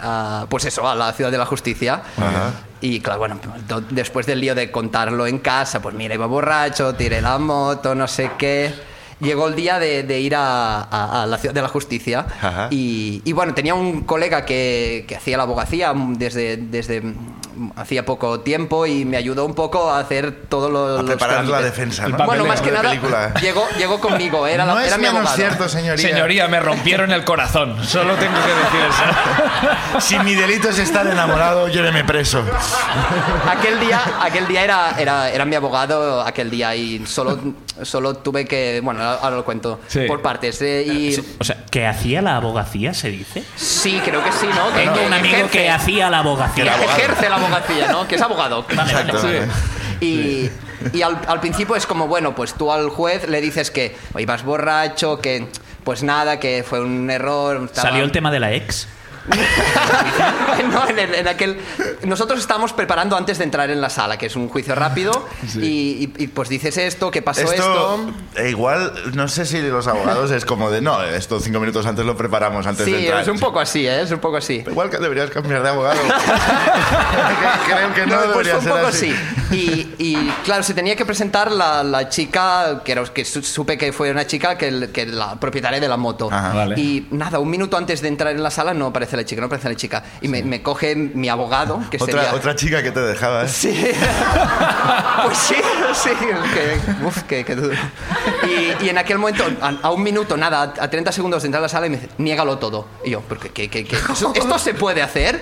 S5: a, pues eso, a la ciudad de la justicia.
S2: Ajá.
S5: Y claro, bueno, do- después del lío de contarlo en casa, pues mira, iba borracho, tiré la moto, no sé qué. Llegó el día de, de ir a, a- a la ciudad de la justicia
S2: Ajá.
S5: y, y, bueno, tenía un colega que, que hacía la abogacía desde, desde mm, hacía poco tiempo y me ayudó un poco a hacer todo lo
S2: A
S5: los
S2: preparar la
S5: trámites.
S2: defensa,
S1: El
S2: ¿no?
S1: papeleo
S5: Bueno, más que
S2: de
S5: nada,
S2: película.
S5: llegó, llegó conmigo, era, la-
S2: no
S5: era
S2: es
S5: mi
S2: menos
S5: abogado.
S2: cierto, señoría.
S1: Señoría, me rompieron el corazón. Solo tengo que decir eso.
S2: Si mi delito es estar enamorado, lléveme preso.
S5: Aquel día, aquel día era, era, era mi abogado aquel día y solo, solo tuve que, bueno, ahora lo cuento,
S1: Sí.
S5: por partes. eh, y
S3: O sea, ¿que hacía la abogacía, se dice?
S5: sí, creo que sí, ¿no? Que-
S3: Tengo
S5: que
S3: un amigo
S5: ejerce-
S3: que hacía la
S5: que
S3: abogacía.
S5: ejerce la abogacía, ¿no? Que es abogado.
S2: Exacto.
S5: Y, y al, al principio es como, bueno, pues tú al juez le dices que hoy vas borracho, que pues nada, que fue un error. estaba-
S3: Salió el tema de la ex.
S5: no, en, en- en aquel... Nosotros estábamos preparando antes de entrar en la sala, que es un juicio rápido, y, y- y, pues dices esto, que pasó
S2: Esto,
S5: esto...
S2: eh, igual, no sé si los abogados es como de, no, esto cinco minutos antes lo preparamos, antes de
S5: Sí,
S2: entrar.
S5: es un poco así, ¿eh? es un poco así.
S2: Igual que deberías cambiar de abogado. Creo que no,
S5: No, pues
S2: debería
S5: fue un
S2: ser
S5: poco
S2: así.
S5: así. Y, y, claro, se tenía que presentar la, la chica, que, era- que su- supe que fue una chica que, el- que la propietaria de la moto.
S2: Ajá.
S1: Vale.
S5: Y nada, un minuto antes de entrar en la sala no aparece la chica, no aparece la chica. Y me, me coge mi abogado, que
S2: Otra,
S5: sería...
S2: otra chica que te dejaba. ¿eh?
S5: Sí. pues sí, sí. Que, uf, qué, qué duro. Y, y en aquel momento, a, a un minuto, nada, a 30 segundos de entrar a la sala, y me dice, niégalo todo. Y yo, ¿pero qué, qué, qué, qué? ¿Esto, esto se puede hacer?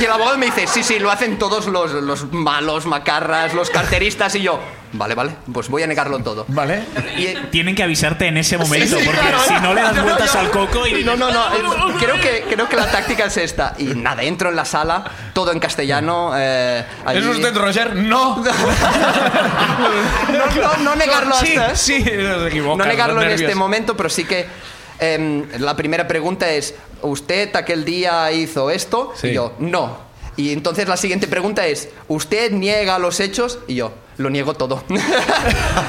S5: Y el abogado me dice, sí, sí, lo hacen todos los, los malos, macarras, los carteristas. Y yo, vale, vale, pues voy a negarlo todo.
S1: Vale.
S5: Y,
S3: Tienen que avisarte en ese momento,
S5: Sí, sí,
S3: porque
S5: claro.
S3: si no le das
S5: No,
S3: vueltas
S5: yo-
S3: al coco y...
S5: No, no, no. eh, Creo que, creo que la táctica es esta. Y nada, entro en la sala, todo en castellano. eh,
S1: ¿Es
S5: allí-
S1: usted Roger? No.
S5: no, no, no negarlo
S1: Sí,
S5: hasta-
S1: sí, se equivoca,
S5: no negarlo
S1: los
S5: en este
S1: nervios.
S5: momento, pero sí que em, la primera pregunta es, ¿usted aquel día hizo esto?
S1: Sí.
S5: Y yo, no. Y entonces la siguiente pregunta es, ¿usted niega los hechos? Y yo, lo niego todo.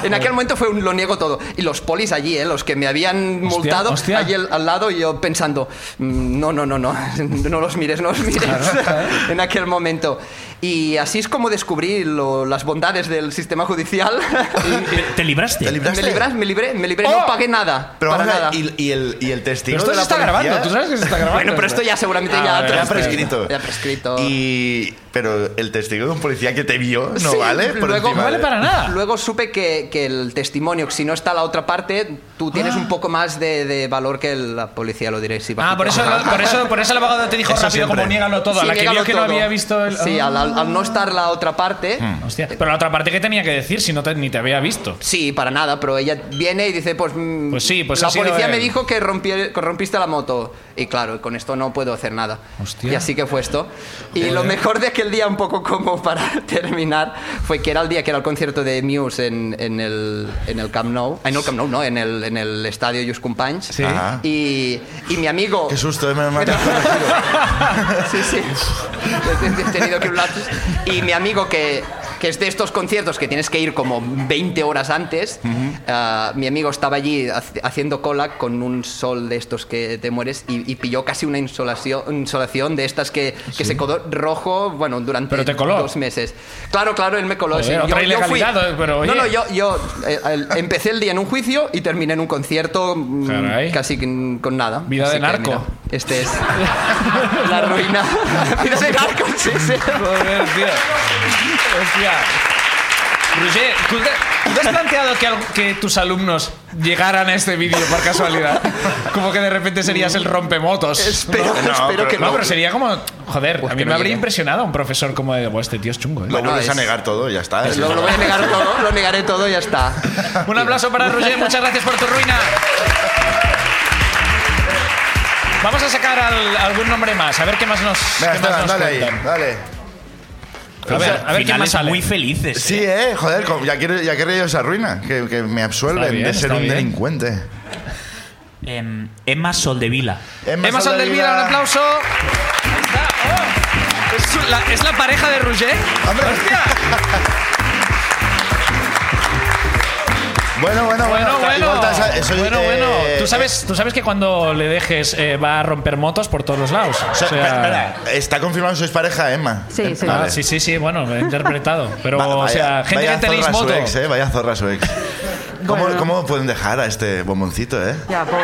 S5: en aquel momento fue un lo niego todo. Y los polis allí, eh, los que me habían
S1: Hostia,
S5: multado,
S1: hostia.
S5: allí al, al lado, y yo pensando, "Mm, no, no, no, no, no los mires, no los mires en aquel momento. Y así es como descubrí lo- las bondades del sistema judicial.
S3: Te- Te libraste.
S2: Te libraste.
S5: Me libras, me libré, me libré,
S1: ¡Oh!
S5: no pagué nada.
S2: Pero
S5: para
S2: vamos a
S5: nada.
S2: ver, y, y el, y el testigo
S1: Pero esto
S2: de
S1: se
S2: la
S1: está
S2: policía-
S1: grabando, tú sabes que se está grabando.
S5: Bueno, pero esto ya seguramente
S1: Ah,
S5: ya
S1: vale,
S5: atrás-
S2: Ya prescrito.
S5: Ya prescrito.
S2: Y, pero el testigo de un policía que te vio no
S5: Sí,
S2: vale. por
S5: luego-
S2: encima
S1: No vale
S2: de-
S1: para nada.
S5: Luego supe que, que el testimonio, si no está la otra parte, tú tienes un poco más de, de valor que la policía, lo diré. si
S1: Ah,
S5: bajito.
S1: por eso, por eso, por eso el abogado te dijo
S2: Eso
S1: rápido como
S2: siempre.
S1: niégalo todo. a
S5: Sí,
S1: la que
S5: niégalo
S1: vio que no
S5: todo.
S1: había visto el. Ah.
S5: Sí, al, al- al no estar la otra parte.
S2: Hmm.
S1: Hostia, Pero la otra parte que tenía que decir si no te- ni te había visto.
S5: Sí, para nada, pero ella viene y dice, pues... mm,
S1: Pues sí, pues ha
S5: La
S1: sido
S5: policía
S1: él.
S5: me dijo que, rompí- que rompiste la moto. Y claro, con esto no puedo hacer nada.
S1: Hostia.
S5: Y así que fue esto. Y lo mejor de aquel día, un poco como para terminar, fue que era el día que era el concierto de Muse en, en el, en el Camp Nou. Ay, no, el Camp Nou, no, en el, en el estadio Just Companys.
S1: Sí.
S2: Ajá.
S5: Y, y mi amigo...
S2: Qué susto, eh, me mata.
S5: Sí, sí. He tenido que un lapsus. Y mi amigo que, que es de estos conciertos que tienes que ir como 20 horas antes, ah, mi amigo estaba allí haci- haciendo cola con un sol de estos que te mueres y, y pilló casi una insolación, insolación de estas que, que se coló rojo, bueno, durante
S1: Pero te coló.
S5: dos meses. Claro, claro, él me coló.
S1: Joder,
S5: sí.
S1: otra ilegalidad, eh, pero
S5: no,
S1: oye.
S5: no, yo, yo eh, el- empecé el día en un juicio y terminé en un concierto mm,
S1: Caray.
S5: casi que- con nada.
S1: Vida de
S5: que,
S1: narco.
S5: mira, este es la ruina. Vida de narco, sí, sí.
S1: Joder, tío. Hostia. Roger, ¿tú te, tú te has planteado que, al- que tus alumnos llegaran a este vídeo por casualidad? Como que de repente serías
S5: Mm.
S1: el rompemotos.
S5: Espero,
S2: No,
S5: espero
S2: pero-
S5: que
S1: No,
S5: no.
S1: pero sería como. Joder,
S5: Pues
S1: a mí
S5: que
S1: me
S5: no
S1: habría
S5: llegue.
S1: impresionado un profesor como de. "Buah, este tío es chungo, ¿eh?".
S2: Lo
S5: Bueno,
S2: vuelves a
S5: es-
S2: negar todo, ya está.
S5: Lo, lo voy a negar todo, lo negaré todo y ya está.
S1: Un aplauso para Roger, muchas gracias por tu ruina. Vamos a sacar al- algún nombre más, a ver qué más nos.
S2: Venga,
S1: qué más
S2: Esteban,
S1: nos
S2: dale ahí,
S1: cuentan.
S2: dale.
S1: A ver, a ver quién más
S3: Finales
S1: sale.
S3: muy felices.
S2: Sí, eh, joder, como- ya quiero, ya quiero yo esa ruina, que, que me absuelven
S1: Está bien,
S2: de ser
S1: está
S2: un
S1: bien.
S2: delincuente.
S3: Em, Emma Soldevila.
S1: Emma Soldelvila, un aplauso. Ahí está, oh. Es, su- la, es la pareja de Roger.
S2: ¡Hombre!
S1: ¡Hostia!
S2: Bueno, bueno, bueno.
S1: Bueno, bueno.
S2: Igual te has- soy,
S1: bueno,
S2: eh,
S1: bueno. ¿Tú sabes, tú sabes que cuando le dejes eh, va a romper motos por todos los lados. O
S2: o sea,
S1: sea-
S2: espera, espera, Está confirmado que sois pareja, Emma.
S6: Sí, sí.
S1: Ah,
S2: Vale.
S1: sí, sí, sí, bueno, he interpretado. Pero,
S2: Va-
S1: o
S2: vaya-
S1: sea, gente
S2: vaya
S1: que tenéis
S2: zorra su
S1: moto.
S2: ex, eh, vaya zorra su ex. ¿Cómo,
S6: Bueno.
S2: cómo pueden dejar a este bomboncito, eh?
S6: Ya, pues,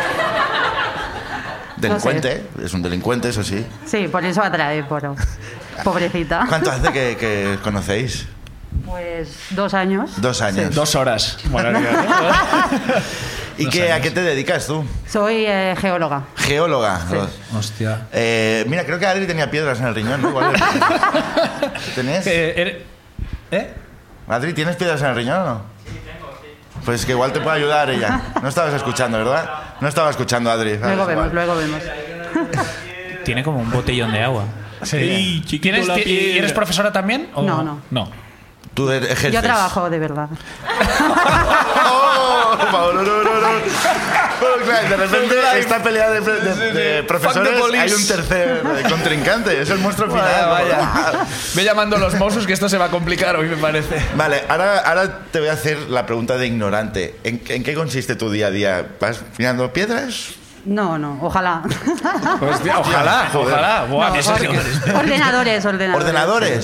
S2: Delincuente, es un delincuente, eso sí.
S6: sí, por eso atrae, pero. Pobrecita.
S2: ¿Cuánto hace que, que os conocéis?
S6: Pues dos años.
S2: Dos años.
S1: Dos horas. Bueno,
S2: ¿Y
S1: dos
S2: qué, a
S1: años.
S2: qué te dedicas tú?
S6: Soy eh, geóloga.
S2: Geóloga.
S6: Sí.
S1: Hostia.
S2: Eh, mira, creo que Adri tenía piedras en el riñón, ¿no? Igual- ¿Tenías?
S1: Eh, er- ¿eh?
S2: Adri, ¿tienes piedras en el riñón o no? Sí, tengo, sí. Pues que igual te puede ayudar ella. No estabas escuchando, ¿verdad? No estaba escuchando, Adri. ¿sabes?
S6: Luego vemos,
S2: Igual.
S6: luego vemos.
S3: Tiene como un botellón de agua. Ey, chiquito
S1: ¿Tienes-
S3: la
S1: ti-
S3: piedra.
S1: ¿Y eres profesora también? o-
S6: No, no.
S1: No.
S2: Tú er- ejerces.
S6: Yo trabajo de verdad.
S2: ¡Oh! Paolo, no, no, no. Bueno, claro, de repente esta pelea de, de- de
S1: Fuck the
S2: profesores
S1: police.
S2: hay un tercer eh, contrincante. Es el monstruo final. Ah.
S1: Ve llamando a los Mossos que esto se va a complicar hoy, me parece.
S2: Vale, ahora, ahora te voy a hacer la pregunta de ignorante. ¿En, en qué consiste tu día a día? ¿Vas mirando piedras?
S6: No, no, ojalá.
S1: Hostia, ojalá,
S2: Joder.
S1: ojalá. Buah,
S6: No,
S1: eso sí que-
S6: ordenadores, ordenadores.
S2: Ordenadores,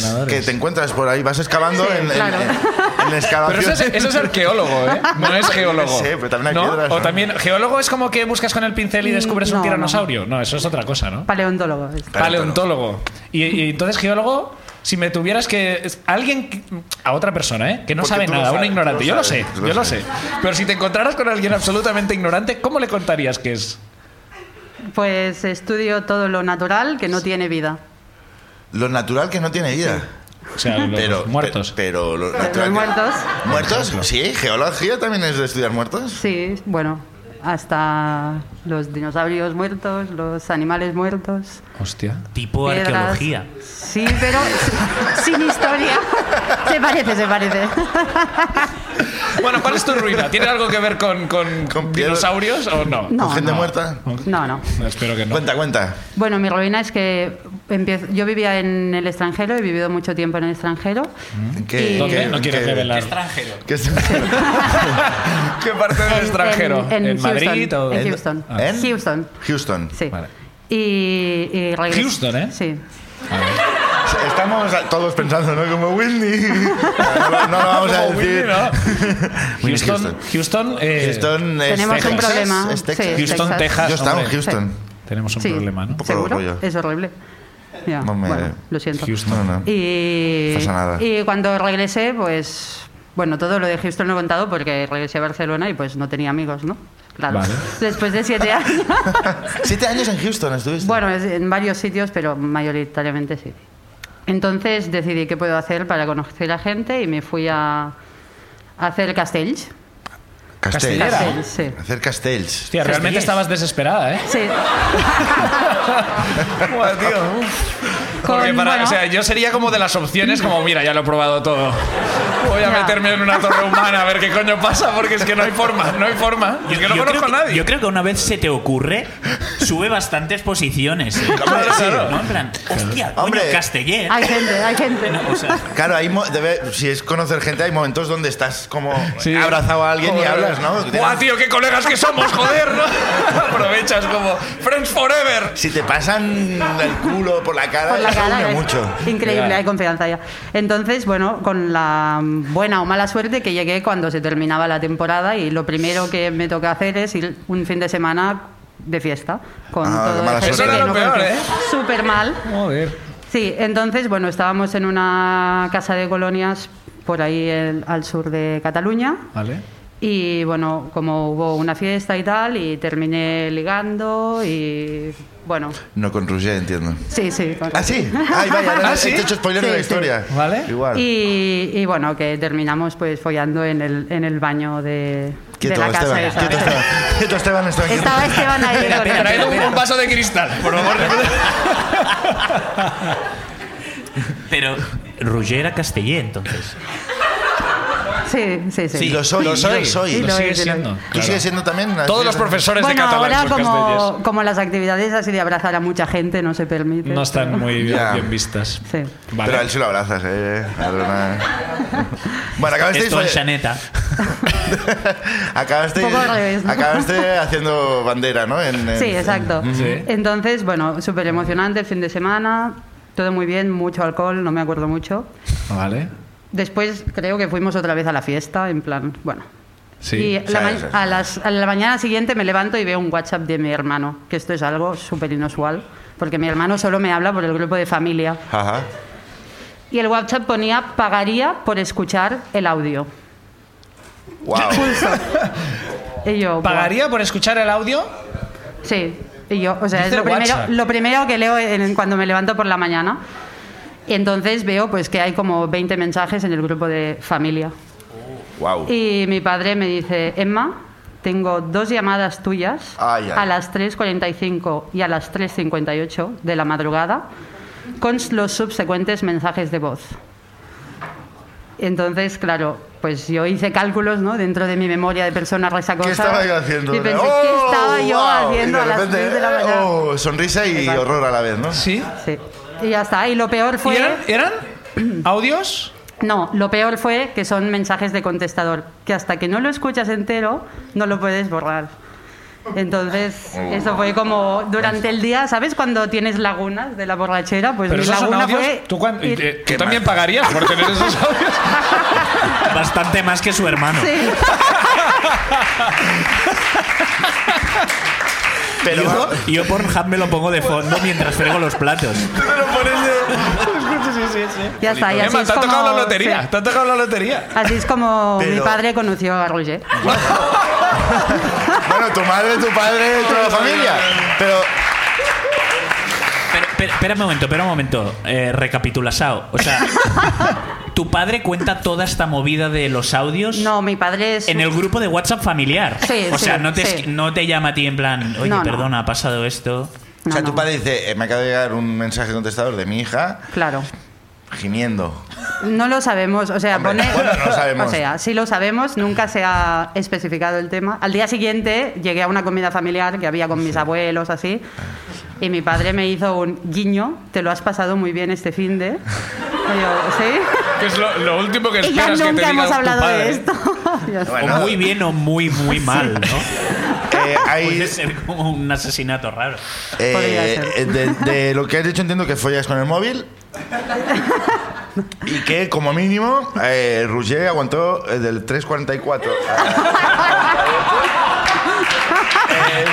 S1: Ordenadores.
S2: que te encuentras por ahí, vas excavando
S6: Ah. Sí,
S2: en, en-
S6: claro.
S2: en- en excavación.
S1: Pero eso es, eso es arqueólogo, ¿eh? No es geólogo.
S2: Sí, pero también hay
S1: ¿No?
S2: piedras,
S1: O
S2: ¿no?
S1: también, geólogo es como que buscas con el pincel y descubres
S6: Mm, No,
S1: un
S6: no.
S1: tiranosaurio. No. eso es otra cosa, ¿no?
S6: Paleontólogo.
S1: Paleontólogo. Y, y entonces, geólogo, si me tuvieras que. es- Alguien. que- A otra persona, ¿eh? Que no
S2: Porque
S1: sabe
S2: tú lo
S1: nada, un
S2: sabes,
S1: ignorante.
S2: tú lo
S1: Yo lo sé,
S2: sabes, tú lo
S1: yo lo sé.
S2: sabes.
S1: Pero si te encontraras con alguien absolutamente ignorante, ¿cómo le contarías que es?
S6: Pues estudio todo lo natural que no tiene vida.
S2: Lo natural que no tiene vida.
S1: O sea, los
S2: Pero,
S1: muertos.
S2: pe- Pero, lo natural
S6: Los
S2: que-
S6: muertos,
S2: ¿Muertos? Sí, geología también es de estudiar muertos.
S6: sí, bueno, hasta los dinosaurios muertos, los animales muertos.
S1: Hostia.
S3: Tipo
S6: piedras.
S3: arqueología.
S6: Sí, pero sin historia. Se parece, se parece.
S1: Bueno, ¿cuál es tu ruina? ¿Tiene algo que ver con, con,
S2: Con piedras.
S1: dinosaurios o no?
S6: No,
S2: ¿Con gente
S6: no.
S2: muerta?
S6: No, no.
S1: Espero que no.
S2: Cuenta, cuenta.
S6: Bueno, mi ruina es que empiezo- yo vivía en el extranjero, he vivido mucho tiempo en el extranjero.
S2: ¿En ¿Qué,
S6: ¿Dónde?
S2: qué-
S1: No quieres
S2: qué-
S1: revelar.
S3: Extranjero.
S2: qué es-
S1: ¿Qué parte del
S6: En-
S1: extranjero?
S6: En, en Houston,
S1: Madrid o.?
S6: En Houston.
S2: Ah. ¿En?
S6: Houston,
S2: Houston.
S6: sí.
S1: Vale.
S6: Y, y regresé-
S1: Houston, ¿eh?
S6: Sí.
S2: Estamos a- todos pensando, ¿no? Como Whitney. No, lo- no lo vamos a
S1: Como Whitney,
S2: decir.
S1: ¿no?
S2: Whitney
S1: Houston, Houston, eh,
S2: Houston es
S6: Tenemos un
S2: Texas.
S6: problema.
S2: Es Texas.
S6: Sí.
S1: Houston,
S6: Texas.
S1: Texas.
S2: Yo estaba en
S1: hombre.
S2: Houston.
S1: Tenemos un
S6: sí.
S1: problema, ¿no?
S2: poco
S6: ¿Seguro?
S2: rollo.
S6: Es horrible. Ya,
S2: No me-
S6: Bueno, lo siento.
S2: No, no.
S6: Y,
S2: Pasa nada.
S6: y cuando regresé, pues. Bueno, todo lo de Houston lo he contado porque regresé a Barcelona y pues no tenía amigos, ¿no? Claro.
S1: Vale.
S6: Después de siete años.
S2: Siete años en Houston estuviste.
S6: Bueno, es- en varios sitios, pero mayoritariamente sí. Entonces decidí qué puedo hacer para conocer a gente y me fui a, a hacer castells.
S2: Castells.
S1: Castellera.
S6: Castells, sí.
S2: Hacer castells.
S1: Hostia, realmente estabas desesperada, ¿eh?
S6: Sí.
S1: Buah, tío. Porque
S6: Con,
S1: para-
S6: bueno,
S1: O sea, yo sería como de las opciones, como, mira, ya lo he probado todo. Voy a
S6: Ya.
S1: meterme en una torre humana a ver qué coño pasa, porque es que no hay forma, no hay forma. Y es que no conozco
S3: creo
S1: a
S3: que-
S1: nadie.
S3: yo creo que una vez se te ocurre, sube bastantes posiciones. ¿eh?
S1: Claro, claro.
S3: ¿No? En plan, hostia, coño,
S2: Hombre.
S3: Casteller.
S6: hay gente, hay gente.
S3: O sea,
S2: Claro, hay mo- debe- si es conocer gente, hay momentos donde estás como
S1: Sí.
S2: abrazado a alguien y
S1: Joder.
S2: hablas, ¿no?
S1: Buah, tío, qué colegas que somos, joder, ¿no? Aprovechas como Friends Forever.
S2: Si te pasan el culo por la cara,
S6: Por la
S2: eso
S6: cara,
S2: une
S6: ¿ves?
S2: mucho.
S6: Increíble,
S1: eh, Ya.
S6: hay confianza ya. Entonces, bueno, con la mm, buena o mala suerte que llegué cuando se terminaba la temporada y lo primero que me toca hacer es ir un fin de semana de fiesta con
S2: Ah, qué
S6: todo
S2: mala
S6: el
S2: suerte.
S6: gente
S2: Eso
S1: era
S6: que
S1: lo
S6: no
S1: peor,
S6: conocía.
S1: ¿eh?
S6: Súper mal.
S1: Joder.
S6: Sí, entonces, bueno, estábamos en una casa de colonias por ahí el- al sur de Cataluña.
S1: Vale.
S6: Y bueno, como hubo una fiesta y tal, y terminé ligando y bueno,
S2: No con Roger, entiendo.
S6: sí, sí. con-
S2: Ah, sí. Ay, vaya,
S1: ¿Ah,
S2: ahora
S1: sí?
S2: he hecho spoiler de
S6: Sí,
S2: la
S6: sí.
S2: historia.
S1: Vale.
S2: Igual.
S6: Y, y, bueno, que terminamos pues follando en el, en el baño de, de
S2: Quieto,
S6: la
S2: Esteban.
S6: casa. esa.
S2: Quieto, este Esteban. Quieto, Esteban. Esteban, quieto.
S6: Estaba Esteban ahí. con el-
S1: Traed un, un vaso de cristal, por favor.
S3: Pero Roger era castellé, entonces.
S6: Sí, sí, sí.
S2: Sí, lo soy.
S1: Lo
S2: Lo
S1: soy.
S2: soy.
S6: Y
S1: Lo
S6: lo
S1: sigue
S6: es, y lo
S1: siendo.
S6: es.
S2: Tú sigues siendo también. una-
S1: Todos los profesores
S6: Bueno,
S1: de catalán
S6: ahora
S1: son castellers.
S6: como, como las actividades así de abrazar a mucha gente no se permiten.
S1: No están muy bien,
S2: Ya.
S1: bien vistas.
S6: Sí.
S1: Vale.
S2: Pero a él sí lo abrazas, eh. Adrona. Bueno, acabasteis.
S3: Esto es
S2: folla-
S3: Chaneta.
S2: Acabaste,
S6: Un poco al revés, ¿no?
S2: acabaste haciendo bandera, ¿no? En- en-
S6: Sí, exacto.
S1: mm, Sí.
S6: Entonces, bueno, súper emocionante el fin de semana, todo muy bien, mucho alcohol, no me acuerdo mucho.
S1: Vale.
S6: Después creo que fuimos otra vez a la fiesta, en plan, bueno.
S1: Sí.
S6: y
S2: sí,
S6: la ma-
S2: sí.
S6: a, las- a la mañana siguiente me levanto y veo un WhatsApp de mi hermano, que esto es algo súper inusual, porque mi hermano solo me habla por el grupo de familia.
S2: Ajá.
S6: Y el WhatsApp ponía, pagaría por escuchar el audio.
S2: Wow.
S6: Y yo, "Buah".
S1: ¿Pagaría por escuchar el audio?
S6: Sí, y yo, o sea, es
S1: Dice
S6: lo primero,
S1: WhatsApp.
S6: lo primero que leo en- cuando me levanto por la mañana. Y entonces veo pues que hay como 20 mensajes en el grupo de familia.
S2: Wow.
S6: Y mi padre me dice, Emma, tengo dos llamadas tuyas
S2: Ay, ay.
S6: a las 3.45 y a las 3.58 de la madrugada con los subsecuentes mensajes de voz. Entonces, claro, pues yo hice cálculos ¿no? dentro de mi memoria de persona resacosa.
S2: ¿Qué estaba yo haciendo?
S6: Y pensé,
S2: ¡Oh,
S6: ¿qué estaba yo
S2: wow!
S6: haciendo
S2: Y
S6: a
S2: de
S6: las
S2: repente,
S6: 3 de la
S2: eh,
S6: mañana?
S2: oh, sonrisa y
S6: Exacto.
S2: horror a la vez, ¿no?
S1: Sí.
S6: Sí. Y ya está. Y lo peor
S1: ¿Y
S6: fue...
S1: eran, eran audios?
S6: No, lo peor fue que son mensajes de contestador, que hasta que no lo escuchas entero, no lo puedes borrar. Entonces,
S2: Oh,
S6: eso fue como durante el día, ¿sabes? Cuando tienes lagunas de la borrachera, pues
S1: Pero
S6: mi
S1: esos son
S6: laguna
S1: audios.
S6: fue...
S1: ¿Tú, cuán- Eh, y
S6: ir-
S1: te- tú también pagarías por tener esos audios?
S3: Bastante más que su
S1: eh,
S3: hermano.
S6: Sí.
S2: Pero
S3: yo,
S2: va-
S3: yo Pornhub me lo pongo de fondo mientras frego los platos.
S6: ya está, y así
S1: Emma,
S6: es
S1: te ha
S6: como...
S1: tocado la lotería.
S6: sí.
S1: Te ha tocado la lotería.
S6: Así es como mi
S2: Pero- Pues,
S6: padre conoció a Roger.
S2: Bueno, tu madre, tu padre, toda la familia. Pero
S3: Pero, pero- espera un momento, espera un momento. Eh, recapitulasao. O sea, tu padre cuenta toda esta movida de los audios
S6: No, mi padre es...
S3: en el grupo de WhatsApp familiar.
S6: Sí,
S3: o sea,
S6: sí,
S3: no te,
S6: sí.
S3: esqui- no te llama a ti en plan, oye,
S6: No, no.
S3: perdona, ha pasado esto.
S2: o
S6: No,
S2: sea,
S6: no.
S2: tu padre dice, eh, me acaba de llegar un mensaje contestador de mi hija
S6: Claro.
S2: gimiendo.
S6: No lo sabemos, o sea,
S2: Hombre,
S6: pone-
S2: bueno, no lo sabemos.
S6: O sea, sí lo sabemos, nunca se ha especificado el tema. Al día siguiente llegué a una comida familiar que había con mis abuelos, así, y mi padre me hizo un guiño, te lo has pasado muy bien este fin de... ¿sí?
S1: Que es lo, lo último que
S6: Y ya
S1: esperas que te diga
S6: nunca hemos
S1: tu
S6: hablado
S1: padre.
S6: de esto. Ya está.
S3: O
S2: Bueno.
S3: muy bien o muy, muy mal, ¿no?
S2: Eh, hay,
S3: Puede
S1: Pues
S3: ser como un asesinato raro.
S2: eh,
S6: Podría ser.
S2: eh, de, de lo que has dicho entiendo que follas con el móvil. Y que, como mínimo, eh, Roger aguantó eh, del 3.44. Eh,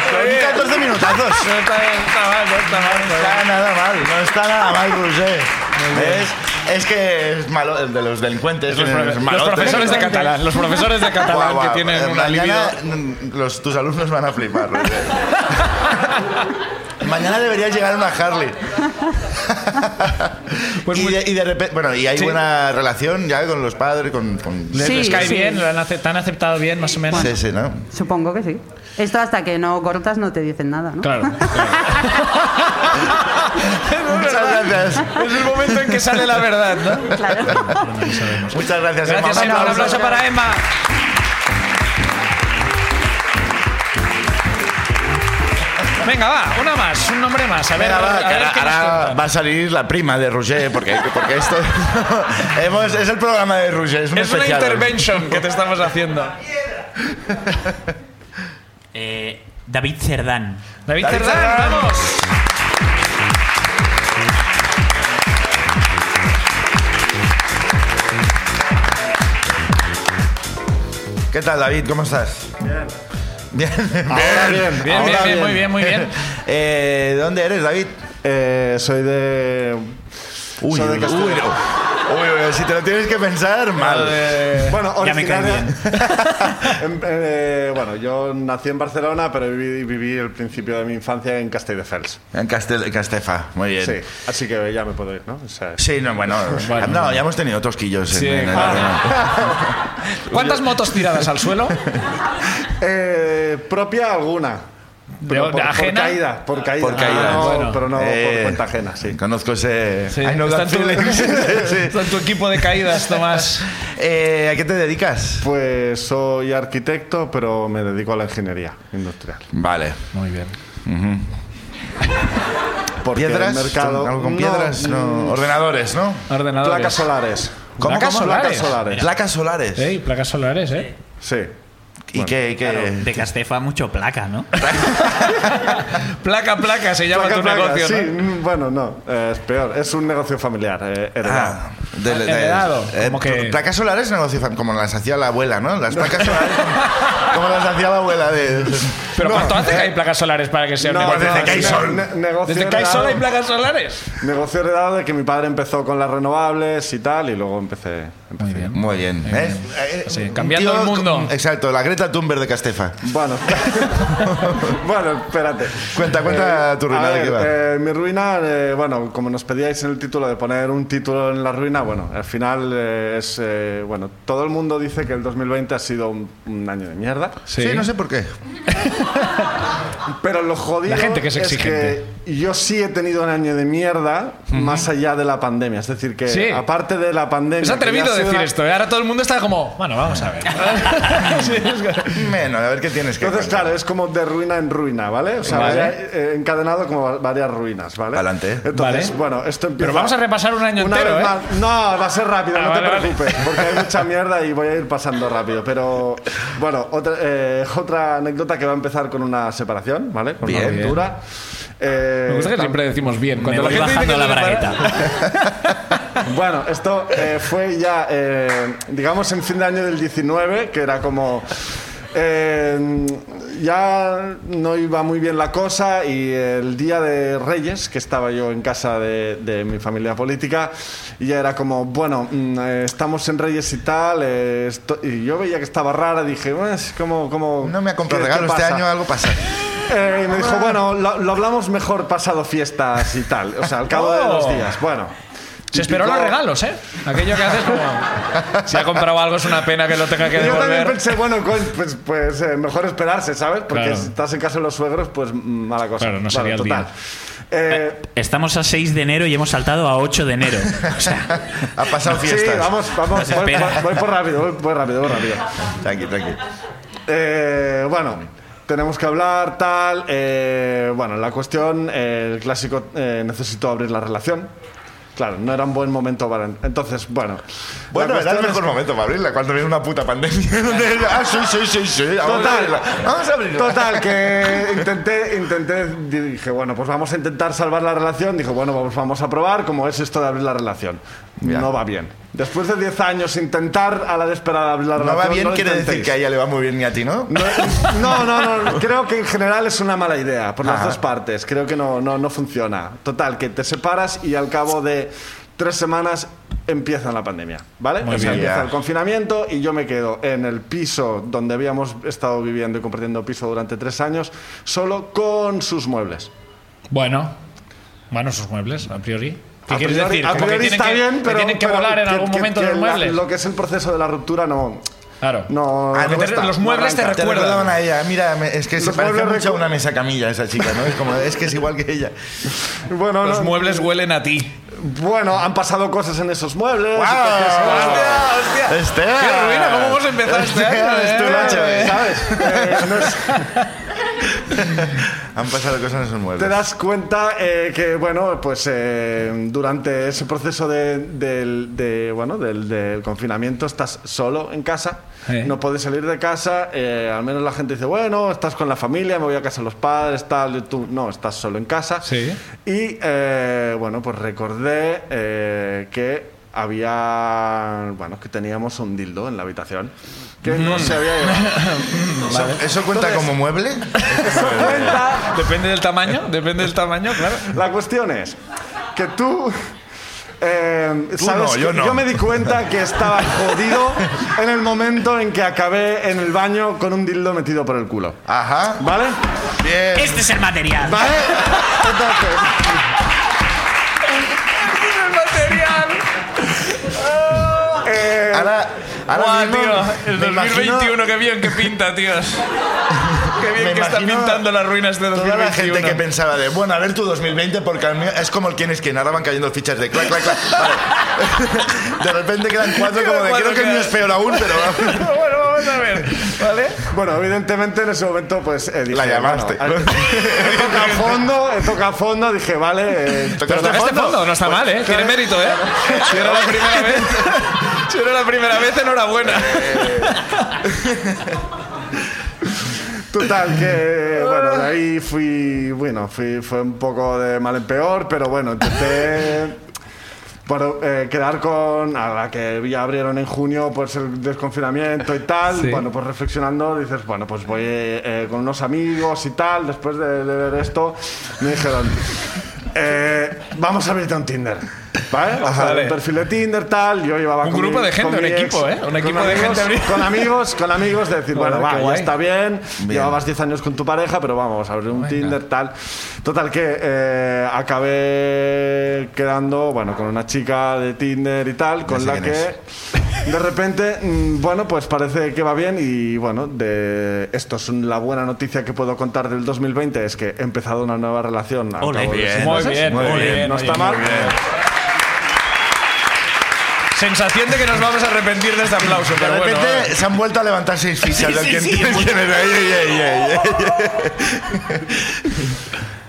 S2: son 14 minutazos.
S1: No está bien, está mal, no está mal,
S2: No
S1: no está
S2: está
S1: mal.
S2: nada mal, no está nada mal, Roger. ¿Ves? Es que es malo, el de los delincuentes.
S1: Los,
S2: es
S1: profe- los
S2: malote.
S1: profesores de catalán, los profesores de catalán
S2: Guau, guau.
S1: que tienen
S2: Eh,
S1: una libido.
S2: mañana, mm, los- Tus alumnos van a flipar, Roger. Mañana debería llegar una Harley.
S1: Pues
S2: y,
S1: muy-
S2: de, repente, bueno, y hay
S1: Sí.
S2: buena relación ya con los padres, con... con-
S1: Les, les
S6: Sí,
S1: cae
S6: sí.
S1: bien, lo han ace- te han aceptado bien, más o menos.
S2: Sí, sí, ¿no?
S6: Supongo que sí. Esto hasta que no cortas no te dicen nada, ¿no?
S1: Claro. claro.
S2: Muchas gracias.
S1: Es el momento en que sale la verdad, ¿no?
S2: Muchas gracias, Emma.
S1: Gracias, Emma. Un aplauso para Emma. Venga, va, una más, un nombre más. A ver,
S2: Venga,
S1: a
S2: va,
S1: ver,
S2: que
S1: a ver
S2: ahora,
S1: qué nos
S2: ahora
S1: cuentan.
S2: va a salir la prima de Roger, porque, porque esto hemos- es el programa de Roger, es un
S1: Es una
S2: especial.
S1: intervention que te estamos haciendo.
S3: Eh, David Cerdán.
S1: David
S2: David
S1: Cerdán,
S2: Cerdán.
S1: vamos.
S2: ¿Qué tal, David? ¿Cómo estás? Bien. Bien,
S1: Ahora bien, bien,
S2: ahora
S1: bien, muy bien, muy bien.
S2: Eh, ¿De dónde eres, David?
S7: Eh, soy de.
S2: Uy,
S7: soy de
S2: uy,
S7: Castelló.
S2: uy, Uy, uy, si te lo tienes que pensar, mal.
S7: Bueno,
S3: Ya me cae
S7: originaria- Em, eh, bueno, yo nací en Barcelona, pero viví, viví el principio de mi infancia en Castelldefels.
S2: En Castel- Castefa, muy bien.
S7: Sí,
S2: Sí.
S7: así que ya me puedo ir, ¿no? O sea,
S2: no, bueno, no, ya hemos tenido tosquillos en,
S1: Sí.
S2: en el programa.
S1: ¿Cuántas motos tiradas al suelo?
S7: eh, propia alguna. Pero
S1: ¿De-
S7: por,
S1: de
S7: por
S1: ajena?
S7: caída, por caída. Ah,
S2: Por caída.
S7: No,
S1: Bueno.
S7: Pero no
S2: Eh,
S7: por cuenta ajena, sí.
S2: Conozco ese.
S1: Sí,
S2: I know
S1: está,
S2: that
S1: en tu,
S2: feeling. Sí, sí.
S1: está en tu equipo de caídas, Tomás.
S2: Eh, ¿A qué te dedicas?
S7: Pues soy arquitecto, pero me dedico a la ingeniería industrial.
S2: Vale.
S1: Muy bien.
S7: Porque el
S2: ¿Piedras?
S7: mercado-
S2: ¿Algo con
S7: No, Mm.
S2: piedras? No. Ordenadores, ¿no?
S1: Ordenadores.
S7: Placas solares.
S2: ¿Cómo,
S1: Placas
S2: cómo?
S1: solares.
S7: Placas solares.
S2: Placas solares.
S1: Ey, placas solares, ¿eh?
S7: Sí.
S2: ¿Y qué? qué-
S3: De Castefa mucho placa, ¿no?
S1: Placa, placa, se llama
S7: Placa,
S1: tu
S7: placa,
S1: negocio,
S7: sí,
S1: ¿no?
S7: mm, bueno, no, eh, es peor. Es un negocio familiar, eh, heredado.
S2: Ah, de- de-
S1: Heredado, como que-
S2: pl- eh, Placas solares negocio fam- como las hacía la abuela, ¿no? Las placas solares como, como las hacía la abuela de.
S1: Pero
S2: No,
S1: ¿cuánto hace
S2: eh,
S1: que hay placas solares para que sea un
S7: No,
S1: negocio?
S2: desde
S7: no,
S2: que hay
S7: ne-
S2: sol.
S7: ne- negocio
S1: ¿Desde que hay sol hay
S7: heredado-
S1: placas solares?
S7: Negocio heredado de que mi padre empezó con las renovables y tal, y luego empecé. empecé.
S2: Muy bien. ¿eh? Eh,
S1: Mm. Sí,
S2: un
S1: cambiando
S2: tío
S1: el mundo.
S2: con- exacto, la Greta Thunberg de Castefa.
S7: Bueno, bueno, espérate.
S2: Cuenta, cuenta tu ruina,
S7: a
S2: ¿de qué va?
S7: eh, mi ruina, eh, bueno, como nos pedíais en el título de poner un título en la ruina, bueno, al final eh, es. eh, bueno, todo el mundo dice que el 2020 ha sido un, un año de mierda.
S2: Sí. no sé por qué.
S7: Pero lo jodido
S1: La gente que es exigente.
S7: que yo sí he tenido un año de mierda más allá de la pandemia. Es decir, que
S1: Sí.
S7: aparte de la pandemia.
S1: Es
S7: que ya
S1: atrevido
S7: ha sido
S1: decir
S7: una-
S1: esto. ¿eh? Ahora todo el mundo está como, bueno, vamos a ver. Sí, es que-
S2: Menos, a ver qué tienes que
S7: Entonces,
S2: contar.
S7: claro, es como de ruina en ruina, ¿vale? O sea,
S1: Vale.
S7: varia- eh, encadenado como va- varias ruinas, ¿vale?
S2: Adelante.
S7: Entonces,
S1: Vale.
S7: bueno, esto empieza.
S1: Pero vamos a repasar un año
S7: una
S1: entero,
S7: vez
S1: ¿eh?
S7: más- No, va a ser rápido,
S1: Ah,
S7: no
S1: vale,
S7: te
S1: vale.
S7: preocupes, porque hay mucha mierda y voy a ir pasando rápido. Pero, bueno, otra, eh, otra anécdota que va a empezar con una separación, ¿vale? Con
S2: Bien.
S7: una ruptura. Eh,
S1: Me gusta que
S7: tam-
S1: siempre decimos bien.
S3: Me
S1: Cuando la
S3: voy
S1: gente dice que
S3: bajando la
S1: se separa-
S3: bragueta.
S7: Bueno, esto eh, fue ya, eh, digamos, en fin de año del 19, que era como... eh, ya no iba muy bien la cosa y el día de Reyes, que estaba yo en casa de, de mi familia política, y ya era como, bueno, mm, eh, estamos en Reyes y tal, eh, esto- y yo veía que estaba rara, dije, "Bueno, es como, como...
S2: No me ha comprado
S7: ¿qué- qué
S2: regalo este
S7: pasa?".
S2: año, algo pasa.
S7: Eh, y me dijo, bueno, lo, lo hablamos mejor pasado fiestas y tal, o sea, al cabo de
S1: Oh.
S7: los días, bueno.
S1: Se esperó los
S7: Típico-
S1: regalos, ¿eh? Aquello que haces como. Si ha comprado algo es una pena que lo tenga que
S7: Yo también
S1: devolver.
S7: pensé, bueno, coño, pues, pues, eh, mejor esperarse, ¿sabes? Porque
S1: Claro.
S7: si estás en casa de los suegros, pues mm, mala cosa.
S1: Claro, no
S7: Bueno,
S1: sería el
S7: total.
S1: día.
S7: Eh,
S3: Estamos a 6 de enero y hemos saltado a 8 de enero. O sea,
S2: Ha pasado
S7: sí,
S2: fiestas.
S7: vamos, vamos,
S3: Nos
S7: voy,
S3: espera.
S7: voy- voy por rápido, voy, voy rápido, voy rápido.
S2: Tranqui, tranqui.
S7: Eh, bueno, tenemos que hablar, tal. eh, bueno, la cuestión, eh, el clásico, eh, necesito abrir la relación. Claro, no era un buen momento para... Entonces, bueno. la
S2: Bueno, era
S7: cuestión
S2: el
S7: es-
S2: mejor momento para abrirla, cuando viene una puta pandemia. donde- ah, sí, sí, sí, sí. Vamos a
S7: Total.
S2: abrirla. Vamos a abrirla.
S7: Total, que intenté, intenté, dije, bueno, pues vamos a intentar salvar la relación. Dije, bueno, vamos, vamos a probar cómo es esto de abrir la relación.
S2: Ya.
S7: No va bien. Después de 10 años intentar a la desesperada abrir la
S2: No
S7: relación.
S2: va bien,
S7: lo
S2: quiere decir
S7: intentéis.
S2: que a ella le va muy bien ni a ti, ¿no?
S7: No, no, no, creo que en general es una mala idea por las
S2: Ajá.
S7: dos partes. Creo que no, no, no funciona. Total, que te separas y al cabo de tres semanas empieza la pandemia, ¿vale?
S1: Muy
S7: o sea,
S2: bien.
S7: empieza
S2: Ya.
S7: el confinamiento y yo me quedo en el piso donde habíamos estado viviendo y compartiendo piso durante tres años, solo con sus muebles.
S1: Bueno, bueno, sus muebles, a priori. ¿Qué
S7: A
S1: quieres
S7: priori-
S1: decir?
S7: a
S1: Como que
S7: priori
S1: tienen
S7: está
S1: que-
S7: bien, pero...
S1: que tienen que
S7: pero
S1: volar en algún momento
S7: que
S1: los
S7: la-
S1: muebles.
S7: lo que es el proceso de la ruptura no...
S1: Claro.
S7: No,
S1: Ah,
S7: no
S1: que te-
S7: está,
S1: los
S7: no
S1: muebles te
S7: arranca.
S2: Te
S1: Recuerda.
S2: recordaban a ella. Mira, me- es que se
S7: Los
S2: parece
S7: muebles
S2: mucho a
S7: recu-
S2: una mesa camilla esa chica, ¿no? Es como, es que es igual que ella.
S7: Bueno,
S1: Los
S7: no-
S1: muebles huelen a ti.
S7: Bueno, han pasado cosas en esos muebles.
S2: ¡Guau!
S7: entonces,
S2: ¡Hostia!
S1: ¡Hostia!
S2: Esteban.
S1: ¡Qué ruina! ¿Cómo hemos empezado este año?
S2: Esteban, es tu macho,
S1: eh?
S2: eh.
S7: ¿Sabes? Eh, no es-
S2: Han pasado cosas en sus muebles.
S7: te das cuenta eh, que, bueno, pues eh, durante ese proceso de, del, de, bueno, del, del confinamiento estás solo en casa,
S1: Sí.
S7: no puedes salir de casa, eh, al menos la gente dice, bueno, estás con la familia, me voy a casa de los padres, tal, y tú no, estás solo en casa.
S1: Sí.
S7: Y, eh, bueno, pues recordé eh, que había, bueno, que teníamos un dildo en la habitación que
S1: Mm.
S7: no se había llevado.
S2: ¿Eso, eso cuenta como mueble?
S1: Depende del tamaño, depende del tamaño, claro.
S7: La cuestión es que tú Eh,
S2: Tú
S7: ¿sabes
S2: no, yo
S7: qué?
S2: no.
S7: me di cuenta que estaba jodido en el momento en que acabé en el baño con un dildo metido por el culo.
S2: Ajá.
S7: ¿Vale?
S2: Bien.
S3: Este es el material.
S7: ¿Vale? Entonces. eh,
S2: Ahora, ahora
S1: Guau,
S2: mismo
S1: tío, el
S2: me imagino
S1: 2021, qué bien que pinta, tíos. Qué bien
S2: Me
S1: que está
S2: imagino
S1: pintando las ruinas de 2021.
S2: Toda la gente que pensaba de, bueno, a ver tu 2020, porque al mío es como el quién es quién. Ahora van cayendo fichas de clac, clac, clac. Vale. De repente quedan cuatro como de,
S1: Cuatro
S2: creo que el mío
S1: quedan.
S2: es peor aún, pero...
S1: Bueno, vamos a ver, ¿vale?
S2: ¿Este
S7: Bueno, evidentemente en ese momento pues eh, dije,
S2: La llamaste.
S7: bueno, al- he tocado a fondo, he tocado a fondo, dije, vale, eh,
S2: Tocaste
S1: Tocaste Este fondo. no está mal,
S2: Pues,
S1: ¿eh? Tiene mérito, ¿eh? Si era la primera vez, si era la primera vez, enhorabuena.
S7: Total, que bueno, de ahí fui, bueno, fui, fue un poco de mal en peor, pero bueno, empecé por eh, quedar con, a la que ya abrieron en junio, pues el desconfinamiento y tal,
S1: Sí.
S7: bueno, pues reflexionando, dices, bueno, pues voy eh, eh, con unos amigos y tal, después de, de ver esto, me dijeron, eh, vamos a abrirte un Tinder. ¿Vale? O sea,
S1: Vale.
S7: un perfil de Tinder, tal. Yo llevaba
S1: Un
S7: con
S1: grupo
S7: mi-
S1: de gente,
S7: con mi
S1: un
S7: ex-
S1: equipo, ¿eh? Un
S7: con
S1: equipo de
S7: amigos-
S1: gente.
S7: Con amigos, con amigos, de decir, bueno,
S1: Joder,
S7: va,
S1: qué
S7: ya
S1: guay.
S7: está bien, llevabas 10 años con tu pareja, pero vamos, abrir un Tinder, tal. Total que eh, acabé quedando, bueno, con una chica de Tinder y tal, con
S2: sé
S7: la
S2: quién
S7: que de repente, mm, bueno, pues parece que va bien y bueno, de esto es un- la buena noticia que puedo contar del 2020, es que he empezado una nueva relación. al
S3: Ole.
S7: cabo de-
S3: Bien.
S1: Muy bien,
S2: Muy
S1: muy
S2: bien,
S1: bien.
S7: no
S1: oye,
S7: está
S1: muy
S7: mal.
S1: bien. Sensación de que nos vamos a arrepentir de este aplauso,
S2: De
S1: pero bueno.
S2: repente
S1: vale.
S2: se han vuelto a levantar seis fichas. del quién- quién es. Ey, ey, ey, ey, ey.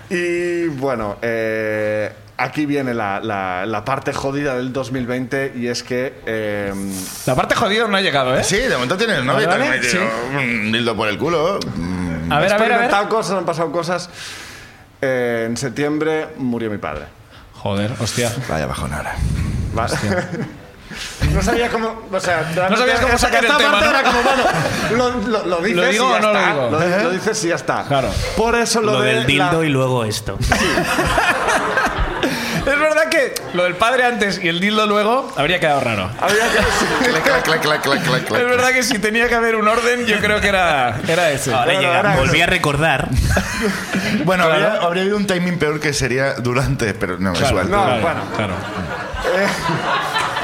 S7: Y bueno, eh, aquí viene la, la- la parte jodida del 2020 y es que... eh,
S1: La parte jodida no ha llegado, ¿eh?
S2: Sí, de momento tienes novia.
S1: Vale, vale,
S2: te has metido "Mm, Un dildo por el culo. Mm.
S1: A ver, a ver,
S7: he
S1: a ver.
S7: experimentado cosas, han pasado cosas. Eh, en septiembre murió mi padre.
S1: Joder, hostia.
S2: Vaya bajón ahora.
S7: Va- no sabía cómo... O sea, realmente
S1: sabías cómo
S7: esta-
S1: sacar el
S7: esta
S1: tema,
S7: parte
S1: ¿no?
S7: era como, bueno, lo, lo- dices
S1: ¿Lo digo
S7: y ya
S1: o no lo
S7: está.
S1: digo?
S7: di- lo dices y ya está.
S1: Claro.
S7: Por eso lo,
S3: Lo
S7: de
S3: del dildo
S7: la-
S3: y luego esto.
S1: Es verdad que lo del padre antes y el dildo luego habría quedado raro.
S7: Había que- sí.
S2: Clac, clac, clac, clac, clac, clac,
S1: Es
S2: clac.
S1: verdad que si tenía que haber un orden, yo creo que era, era ese.
S3: Ahora
S7: Bueno,
S3: llega.
S7: ahora-
S3: Volví a recordar.
S2: Bueno, habría, habría habido un timing peor que sería durante, pero no, es
S1: Claro,
S2: igual.
S7: no.
S1: claro,
S7: bueno.
S1: claro.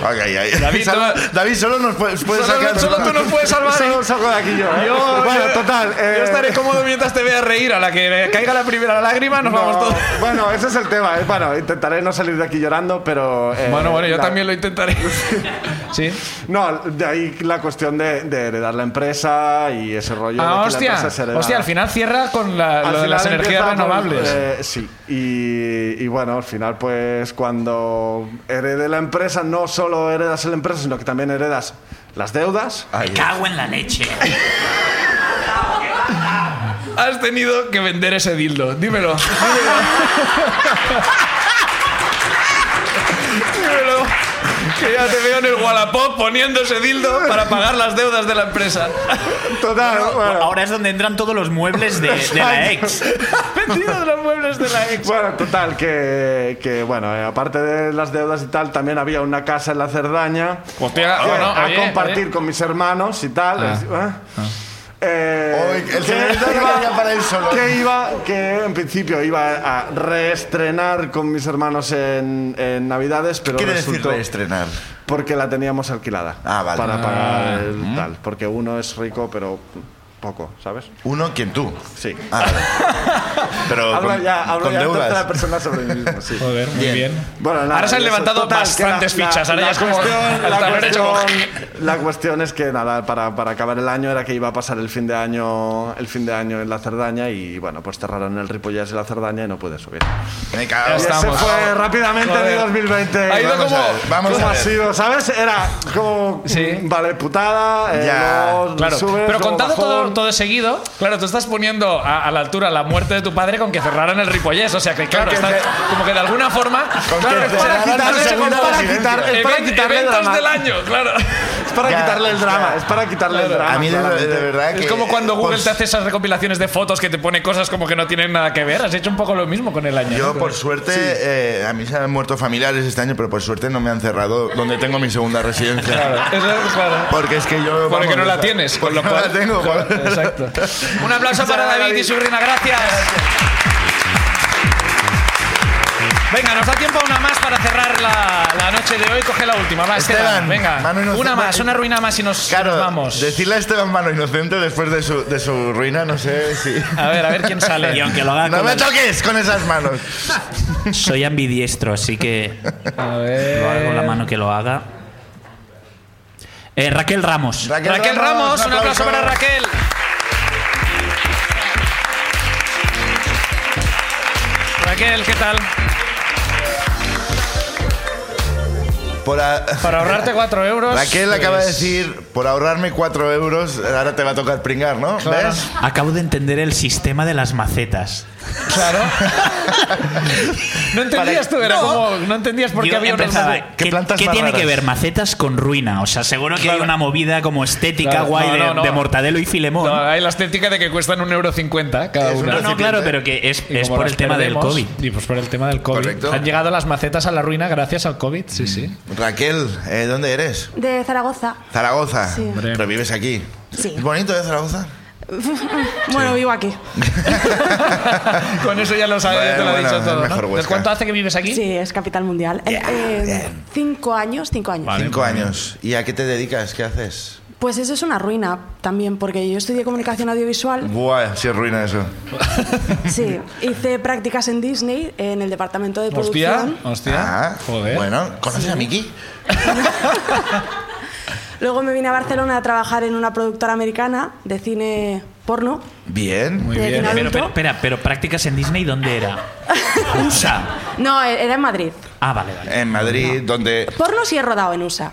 S2: Ok, ahí.
S1: David,
S2: Solo-
S1: toma-
S2: David, solo nos puedes, puedes
S1: Solo-
S2: sacar.
S1: solo tú nos puedes salvar.
S7: Solo saco de aquí yo. ¿eh?
S1: Yo-
S7: bueno,
S1: yo-
S7: total.
S1: Yo
S7: eh,
S1: estaré cómodo mientras te vea reír. A la que le caiga la primera lágrima, nos
S7: No,
S1: vamos todos.
S7: Bueno, ese es el tema. eh. Bueno, intentaré no salir de aquí llorando, pero. eh,
S1: Bueno, bueno, yo
S7: la-
S1: también lo intentaré. Sí.
S7: No, de ahí la cuestión de, de heredar la empresa y ese rollo. de que
S1: Ah,
S7: la
S1: hostia.
S7: empresa se hereda.
S1: Hostia, al final cierra con la- lo
S7: Al
S1: de
S7: final
S1: las energías
S7: empieza con-
S1: renovables.
S7: eh, sí, y, y bueno, al final, pues cuando herede la empresa, no solo heredas la empresa, sino que también heredas las deudas.
S3: Me cago en la leche.
S1: Has tenido que vender ese dildo. Dímelo. Dímelo. Dímelo. Que ya te veo en el Wallapop poniendo ese dildo para pagar las deudas de la empresa.
S7: Total, bueno.
S3: Ahora es donde entran todos los muebles de, de la ex.
S1: Vendido de los muebles de la ex.
S7: Bueno, total, que, que, bueno, eh, aparte de las deudas y tal, también había una casa en la Cerdaña
S1: Hostia,
S7: que
S1: bueno,
S7: Ah, a
S1: oye,
S7: compartir
S1: oye.
S7: con mis hermanos y tal.
S1: Ah,
S7: es- ¿eh? Eh,
S2: Oy, el señorito que quería para él solo.
S7: que iba, que en principio iba a reestrenar con mis hermanos en, en Navidades, pero
S2: ¿Qué quiere decir
S7: resultó
S2: reestrenar?
S7: porque la teníamos alquilada
S2: Ah, vale.
S7: para
S2: Ah.
S7: pagar el
S1: mm.
S7: tal, porque uno es rico pero poco, ¿sabes?
S2: Uno, quien tú.
S7: Sí.
S2: Ah, vale. Pero
S7: hablo
S2: con,
S7: ya, hablo
S2: con
S7: ya en tercera
S2: deudas.
S7: persona sobre mí mismo, sí.
S1: Joder, muy bien.
S2: Bien.
S7: Bueno, nada,
S1: Ahora se han
S7: y eso,
S1: levantado
S7: total, que la-
S1: bastantes
S7: la-
S1: fichas. Ahora
S7: la
S1: ya es como.
S7: cuestión-
S1: hasta lo
S7: la,
S1: han hecho como-
S7: cuestión, la cuestión es que nada, para, para acabar el año era que iba a pasar el fin de año, el fin de año en la Cerdaña y bueno, pues cerraron el Ripollés de la Cerdaña y no pude subir.
S2: Me
S1: Ya
S2: cago.
S1: está.
S7: Se
S1: Estamos.
S7: fue rápidamente
S1: Joder.
S7: de 2020.
S1: Ha ido
S7: Vamos
S1: como-
S7: a ver,
S2: vamos
S7: ¿Cómo
S2: a
S7: ha
S2: ver.
S7: sido? ¿Sabes? Era como.
S1: Sí.
S7: Vale, putada. eh,
S2: Ya,
S7: luego
S1: Claro,
S7: subes,
S1: pero
S7: luego
S1: contando todo,
S7: bajón.
S1: todo seguido, claro, tú estás poniendo a, a la altura la muerte de tu padre con que cerraran el ripollés. O sea que, claro,
S2: que
S1: estás- como que de alguna forma.
S2: Con
S1: claro,
S2: que
S1: es para
S2: cerraran la
S1: quitarle,
S2: segunda
S1: es para
S2: residencia.
S1: quitar- es para
S7: Event-
S1: quitarle
S7: eventos
S1: eventos del
S7: del
S1: año, claro.
S7: Es para
S2: Ya,
S7: quitarle el
S2: es que-
S7: drama, es para quitarle el drama.
S2: A mí de,
S7: claramente.
S2: de verdad que... pues
S1: Es como cuando Google
S2: por-
S1: te hace esas recopilaciones de fotos que te pone cosas como que no tienen nada que ver. Has hecho un poco lo mismo con el año.
S2: Yo,
S1: ¿no?
S2: por suerte, eh, a mí se han muerto familiares este año, pero por suerte no me han cerrado donde tengo mi segunda residencia.
S1: Eso es claro.
S2: Porque es que yo...
S1: Porque
S2: vamos,
S1: no la
S2: sé.
S1: tienes, con lo
S2: Porque
S1: cual-
S2: No la tengo. por-
S1: Exacto. Un aplauso para
S2: Gracias,
S1: David y
S2: David.
S1: su reina, gracias. Venga, nos da tiempo a una más para cerrar la, la noche de hoy. Coge la última, va, Esteban.
S2: Esteban,
S1: venga,
S2: mano inocente.
S1: una más, una ruina más y nos,
S2: Claro,
S1: nos vamos.
S2: decirle a Esteban Mano Inocente después de su, de su ruina, no sé si...
S1: A ver, a ver quién sale.
S3: Y aunque lo haga
S2: ¡No
S3: con
S2: me
S3: el-
S2: toques con esas manos!
S3: Soy ambidiestro, así que
S1: A ver.
S3: lo haga con la mano que lo haga. Eh, Raquel Ramos.
S1: Raquel, Ramos, un aplauso para Raquel. Raquel, ¿qué tal?
S2: Por a-
S1: Para ahorrarte 4 euros.
S2: Raquel
S1: pues,
S2: acaba de decir, por ahorrarme 4 euros, ahora te va a tocar pringar, ¿no?
S1: Claro.
S2: ¿Ves?
S3: Acabo de entender el sistema de las macetas.
S1: Claro. no entendías
S2: Para-
S1: tú, era
S2: no.
S1: como. No entendías por qué
S3: Yo
S1: había unas
S3: empezaba, eh,
S1: macetas.
S2: ¿Qué
S3: ¿Qué,
S2: plantas
S3: qué
S2: más
S3: tiene
S2: raras?
S3: que ver macetas con ruina? O sea, seguro que hay
S1: Claro.
S3: una movida como estética
S1: Claro,
S3: guay
S1: no,
S3: de,
S1: no, no.
S3: de Mortadelo y Filemón.
S1: No, hay la estética de que cuestan 1,50 euro cincuenta cada
S2: Es
S1: una.
S3: No,
S2: recipiente.
S3: no, claro, pero que es,
S1: Y
S3: es
S1: como
S3: por
S1: las
S3: el tema
S1: perdemos-
S3: del COVID.
S1: Y pues por el tema del COVID.
S2: Correcto.
S1: Han llegado las macetas a la ruina gracias al COVID. Sí, sí.
S2: Raquel, eh, ¿dónde eres?
S8: De Zaragoza.
S2: Zaragoza.
S8: Sí.
S1: Hombre.
S2: Pero vives aquí.
S8: Sí.
S2: ¿Es bonito de Zaragoza?
S8: Bueno, vivo aquí.
S1: Con eso ya lo sabes,
S2: Bueno,
S1: te lo he
S2: bueno,
S1: dicho
S2: es
S1: todo. ¿no?
S2: mejor
S1: ¿Desde
S2: Huesca.
S1: cuánto hace que vives aquí?
S8: Sí, es capital mundial. Eh, eh, Cinco años, cinco años.
S1: Vale.
S2: Cinco
S1: muy bien.
S2: años. ¿Y a qué te dedicas? ¿Qué haces?
S8: Pues eso es una ruina también, porque yo estudié comunicación audiovisual.
S2: Buah, si es ruina eso.
S8: Sí, hice prácticas en Disney, en el departamento de
S1: Hostia,
S8: producción.
S1: hostia.
S2: Ah,
S1: joder.
S2: Bueno, ¿conoces a Miki?
S8: Luego me vine a Barcelona a trabajar en una productora americana de cine porno.
S2: Bien.
S1: Muy
S8: de
S1: bien. ¿eh?
S3: Pero,
S8: cine adulto.
S3: pero, espera, pero prácticas en Disney, ¿dónde era? USA.
S8: No, e-, era en Madrid.
S3: Ah, vale, vale.
S2: En Madrid, donde.
S8: Porno sí he rodado en USA,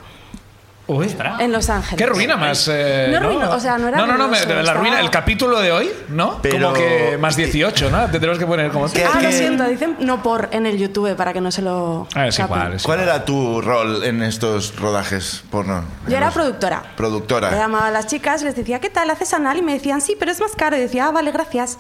S1: Uy.
S8: en Los Ángeles.
S1: Qué ruina más. eh,
S8: No ruina, o sea, no era
S1: No, no, no, me-
S8: ruinoso,
S1: la
S8: estaba-
S1: ruina, el capítulo de hoy, ¿no? Como
S2: Pero-
S1: que más 18, ¿no? Te tenemos que poner como.
S2: ¿Qué?
S8: Ah,
S2: que-
S8: lo siento, dicen no por en el YouTube para que no se lo.
S1: Eh, Ah, es
S8: capen.
S1: igual. Es
S2: ¿Cuál
S1: igual.
S2: era tu rol en estos rodajes porno?
S8: Yo era productora. Le
S2: Productora.
S8: llamaba a las chicas, les decía, ¿qué tal? ¿Haces anal? Y me decían, sí, pero es más caro. Y decía, ah, vale, gracias.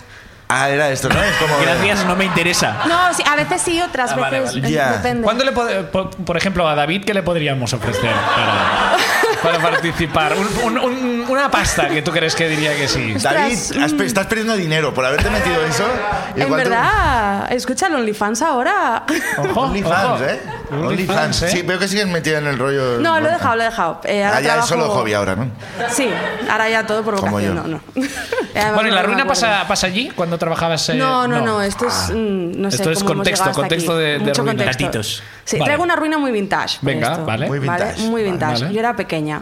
S2: Ah, era esto, ¿no? Es como.
S3: Gracias, no me interesa.
S8: No, sí, a veces sí, otras
S3: Ah, vale,
S8: veces.
S3: vale.
S8: eh,
S2: Ya.
S8: Depende.
S1: ¿Cuándo le pod- po- por ejemplo, a David, qué le podríamos ofrecer para, para participar? Un- un- un- una pasta que tú crees que diría que sí.
S2: David,
S8: Ostras, mm.
S2: has pe- estás perdiendo dinero por haberte metido eso.
S8: En
S2: Igual tú-
S8: verdad, escucha el OnlyFans ahora.
S2: Oh,
S1: Ojo,
S2: OnlyFans,
S1: ojo.
S2: ¿eh?
S1: OnlyFans, ¿eh?
S2: Sí, veo que sigues metido en el rollo.
S8: No, lo he dejado, lo he dejado. Eh, ahora
S2: Ah, ya es
S8: trabajo-
S2: solo hobby ahora, ¿no?
S8: Sí, ahora ya todo por
S2: Como
S8: vocación.
S2: yo.
S8: No, no. Y además
S1: Bueno, ¿y
S8: no
S1: la
S8: me
S1: ruina
S8: acuerdo.
S1: pasa, pasa allí cuando trabajabas? eh,
S8: Ah, No, no, no, esto
S2: Ah.
S8: es. mm, No sé
S1: Esto es
S8: cómo hemos
S1: contexto,
S8: llegado hasta
S1: contexto
S8: aquí.
S1: de- de
S8: Mucho
S1: ruina.
S8: contexto.
S3: Gatitos.
S8: Sí,
S1: Vale.
S8: traigo una ruina muy vintage. por
S1: Venga,
S8: esto.
S1: vale.
S2: Muy vintage.
S8: Muy
S1: Vale,
S8: vintage.
S1: vale.
S8: Yo era pequeña.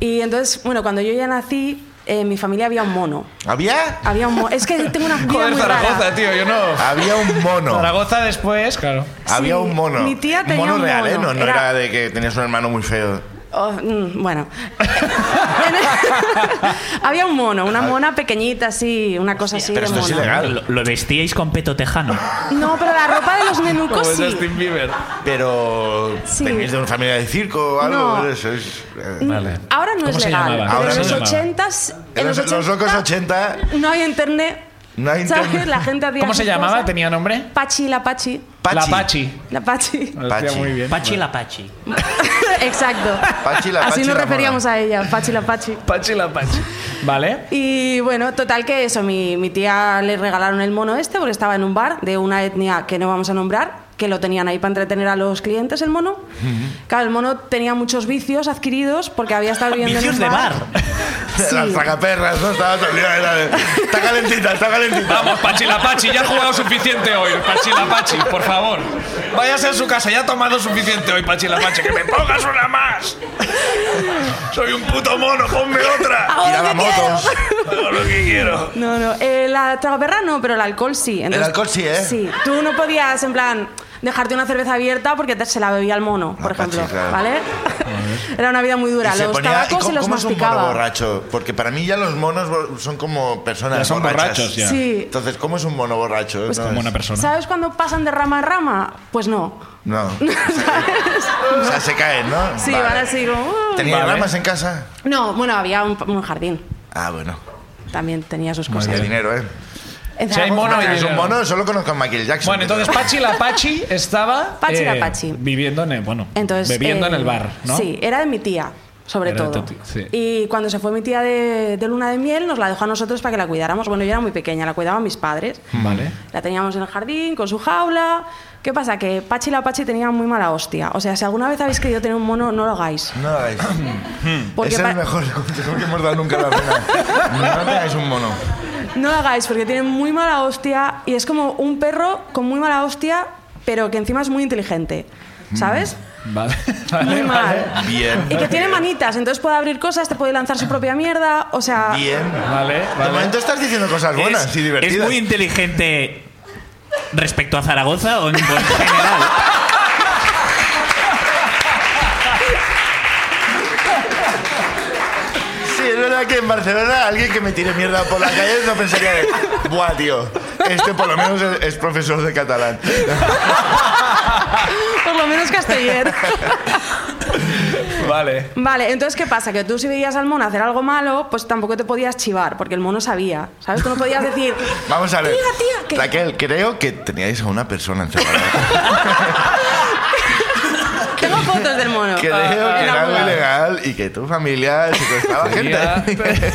S8: Y entonces, bueno, cuando yo ya nací, en mi familia había un mono.
S2: ¿Había?
S8: Había un mono. Es que tengo una vida
S1: Joder,
S8: muy
S1: Zaragoza,
S8: rara.
S1: tío, yo no.
S2: Había un mono.
S1: Zaragoza después, claro.
S2: Había
S8: Sí,
S2: un mono.
S8: mi tía tenía
S2: mono
S8: un
S2: real,
S8: mono.
S2: ¿eh? No, no era...
S8: Era-
S2: de que tenías un hermano muy feo.
S8: Oh, mm, bueno. había un mono, una mona pequeñita así, una cosa así
S2: pero
S8: de
S2: esto es
S8: mono.
S2: ilegal.
S3: Lo, lo vestíais con peto tejano.
S8: No, pero la ropa de los nenucos
S1: Como
S8: sí.
S1: Justin Bieber.
S2: Pero
S8: Sí.
S2: tenías de una familia de circo o algo.
S8: No.
S2: Eso es- eh,
S1: Vale.
S8: Mm, Ahora no
S1: ¿Cómo
S8: es
S1: se
S8: legal.
S1: llamaba?
S8: Pero
S2: Ahora
S8: en
S2: no
S8: los
S2: se
S1: llamaba.
S8: 80s.
S2: En los, los locos 80
S8: No había internet.
S2: no hay
S8: ¿Sabes?
S2: internet.
S8: La gente hacía
S1: ¿Cómo se
S8: sus
S1: llamaba?
S8: cosas.
S1: ¿Tenía nombre?
S8: Pachi, la Pachi.
S2: Pachi.
S1: La Pachi.
S8: La Pachi.
S2: Pachi. muy
S1: bien.
S3: Pachi la Pachi.
S8: Exacto.
S2: Pachi, la
S8: Así
S2: Pachi,
S8: nos
S2: la
S8: referíamos a ella, Pachi, la Pachi.
S1: Pachi la Pachi. Vale.
S8: Y bueno, total que eso, mi, mi tía le regalaron el mono este porque estaba en un bar de una etnia que no vamos a nombrar, que lo tenían ahí para entretener a los clientes el mono. Claro, el mono tenía muchos vicios adquiridos porque había estado viviendo en
S3: Vicios
S8: un
S3: de bar.
S2: Las tragaperras, ¿no? Estaba todo el día, era de- Está calentita, está calentita.
S1: Vamos, Pachi la Pachi, ya ha jugado suficiente hoy. Pachi la Pachi, por favor. Váyase a su casa, ya ha tomado suficiente hoy, Pachi la Pachi. Que me pongas una más. Soy un puto mono, ponme otra.
S8: Ahora
S2: Tiraba
S8: me quiero.
S2: motos.
S1: Hago lo que quiero.
S8: No, no, eh, la tragaperra no, pero el alcohol sí. Entonces,
S2: El alcohol sí, ¿eh?
S8: Sí, tú no podías, en plan, dejarte una cerveza abierta porque te- se la bebía el mono, por
S2: Ah,
S8: ejemplo,
S2: sí, claro.
S8: ¿vale? Era una vida muy
S2: Y
S8: dura.
S2: se
S8: los
S2: ponía- ¿y
S8: tabacos
S2: cómo-
S8: se los
S2: cómo es un mono
S8: masticaba.
S2: borracho? Porque para mí ya los monos bo- son como personas
S1: Ya son
S2: borrachas.
S1: borrachos, ya.
S8: Sí.
S2: Entonces, ¿cómo es un mono borracho?
S1: Es
S2: No,
S1: como
S2: es-
S1: una persona.
S8: ¿Sabes cuándo pasan de rama en rama? Pues no.
S2: No. O sea, se caen, ¿no?
S8: Sí,
S2: Vale.
S8: van así como... "Uh".
S2: ¿Tenía
S1: Vale.
S2: ramas en casa?
S8: No, bueno, había un, un jardín.
S2: Ah, bueno.
S8: También tenía sus
S2: Qué
S8: cosas.
S2: dinero, ¿eh?
S8: En
S1: Si hay
S8: Zaragoza.
S1: mono, hay
S2: Es un
S1: dinero.
S2: mono, solo conozco a Michael Jackson.
S1: Bueno, entonces Pachi la Pachi estaba eh,
S8: Pachi la Pachi.
S1: viviendo en el, bueno,
S8: Entonces,
S1: bebiendo
S8: eh,
S1: en el bar, ¿no?
S8: Sí, era de mi tía, sobre
S1: Era de
S8: todo.
S1: tu tía, sí.
S8: Y cuando se fue mi tía de, de luna de miel, nos la dejó a nosotros para que la cuidáramos. Bueno, yo era muy pequeña, la cuidaban mis padres.
S1: Mm. Vale.
S8: La teníamos en el jardín, con su jaula. ¿Qué pasa? Que Pachi la Pachi tenía muy mala hostia. O sea, si alguna vez habéis querido tener un mono, no lo hagáis.
S2: No, es,
S8: Porque
S2: Mm. ese es
S8: pa-
S2: el mejor consejo que hemos dado nunca en la pena. No tengáis un mono.
S8: No lo hagáis porque tienen muy mala hostia y es como un perro con muy mala hostia, pero que encima es muy inteligente.
S2: Mm.
S8: ¿Sabes?
S1: Vale. vale,
S8: muy
S1: vale.
S8: mal.
S2: Bien.
S8: Y que tiene manitas, entonces puede abrir cosas, te puede lanzar su propia mierda. O sea,
S2: Bien.
S1: Vale,
S2: De
S1: Ah, vale.
S2: momento estás diciendo cosas buenas
S3: es,
S2: y divertidas.
S3: es muy inteligente respecto a Zaragoza o en general.
S2: Sí, es verdad que en Barcelona alguien que me tire mierda por la calle no pensaría de, buah, tío, este por lo menos es, es profesor de catalán.
S8: por lo menos castellero.
S1: Vale.
S8: Vale, entonces, ¿qué pasa? Que tú si veías al mono hacer algo malo, pues tampoco te podías chivar, porque el mono sabía, ¿sabes? Tú no podías decir,
S2: Vamos a ver.
S8: Tía, tía, que-
S2: Raquel, creo que teníais a una persona encerrada.
S8: tengo fotos del mono.
S2: creo que era algo ilegal y que tu familia secuestraba
S8: ah.
S1: Sería-
S2: gente.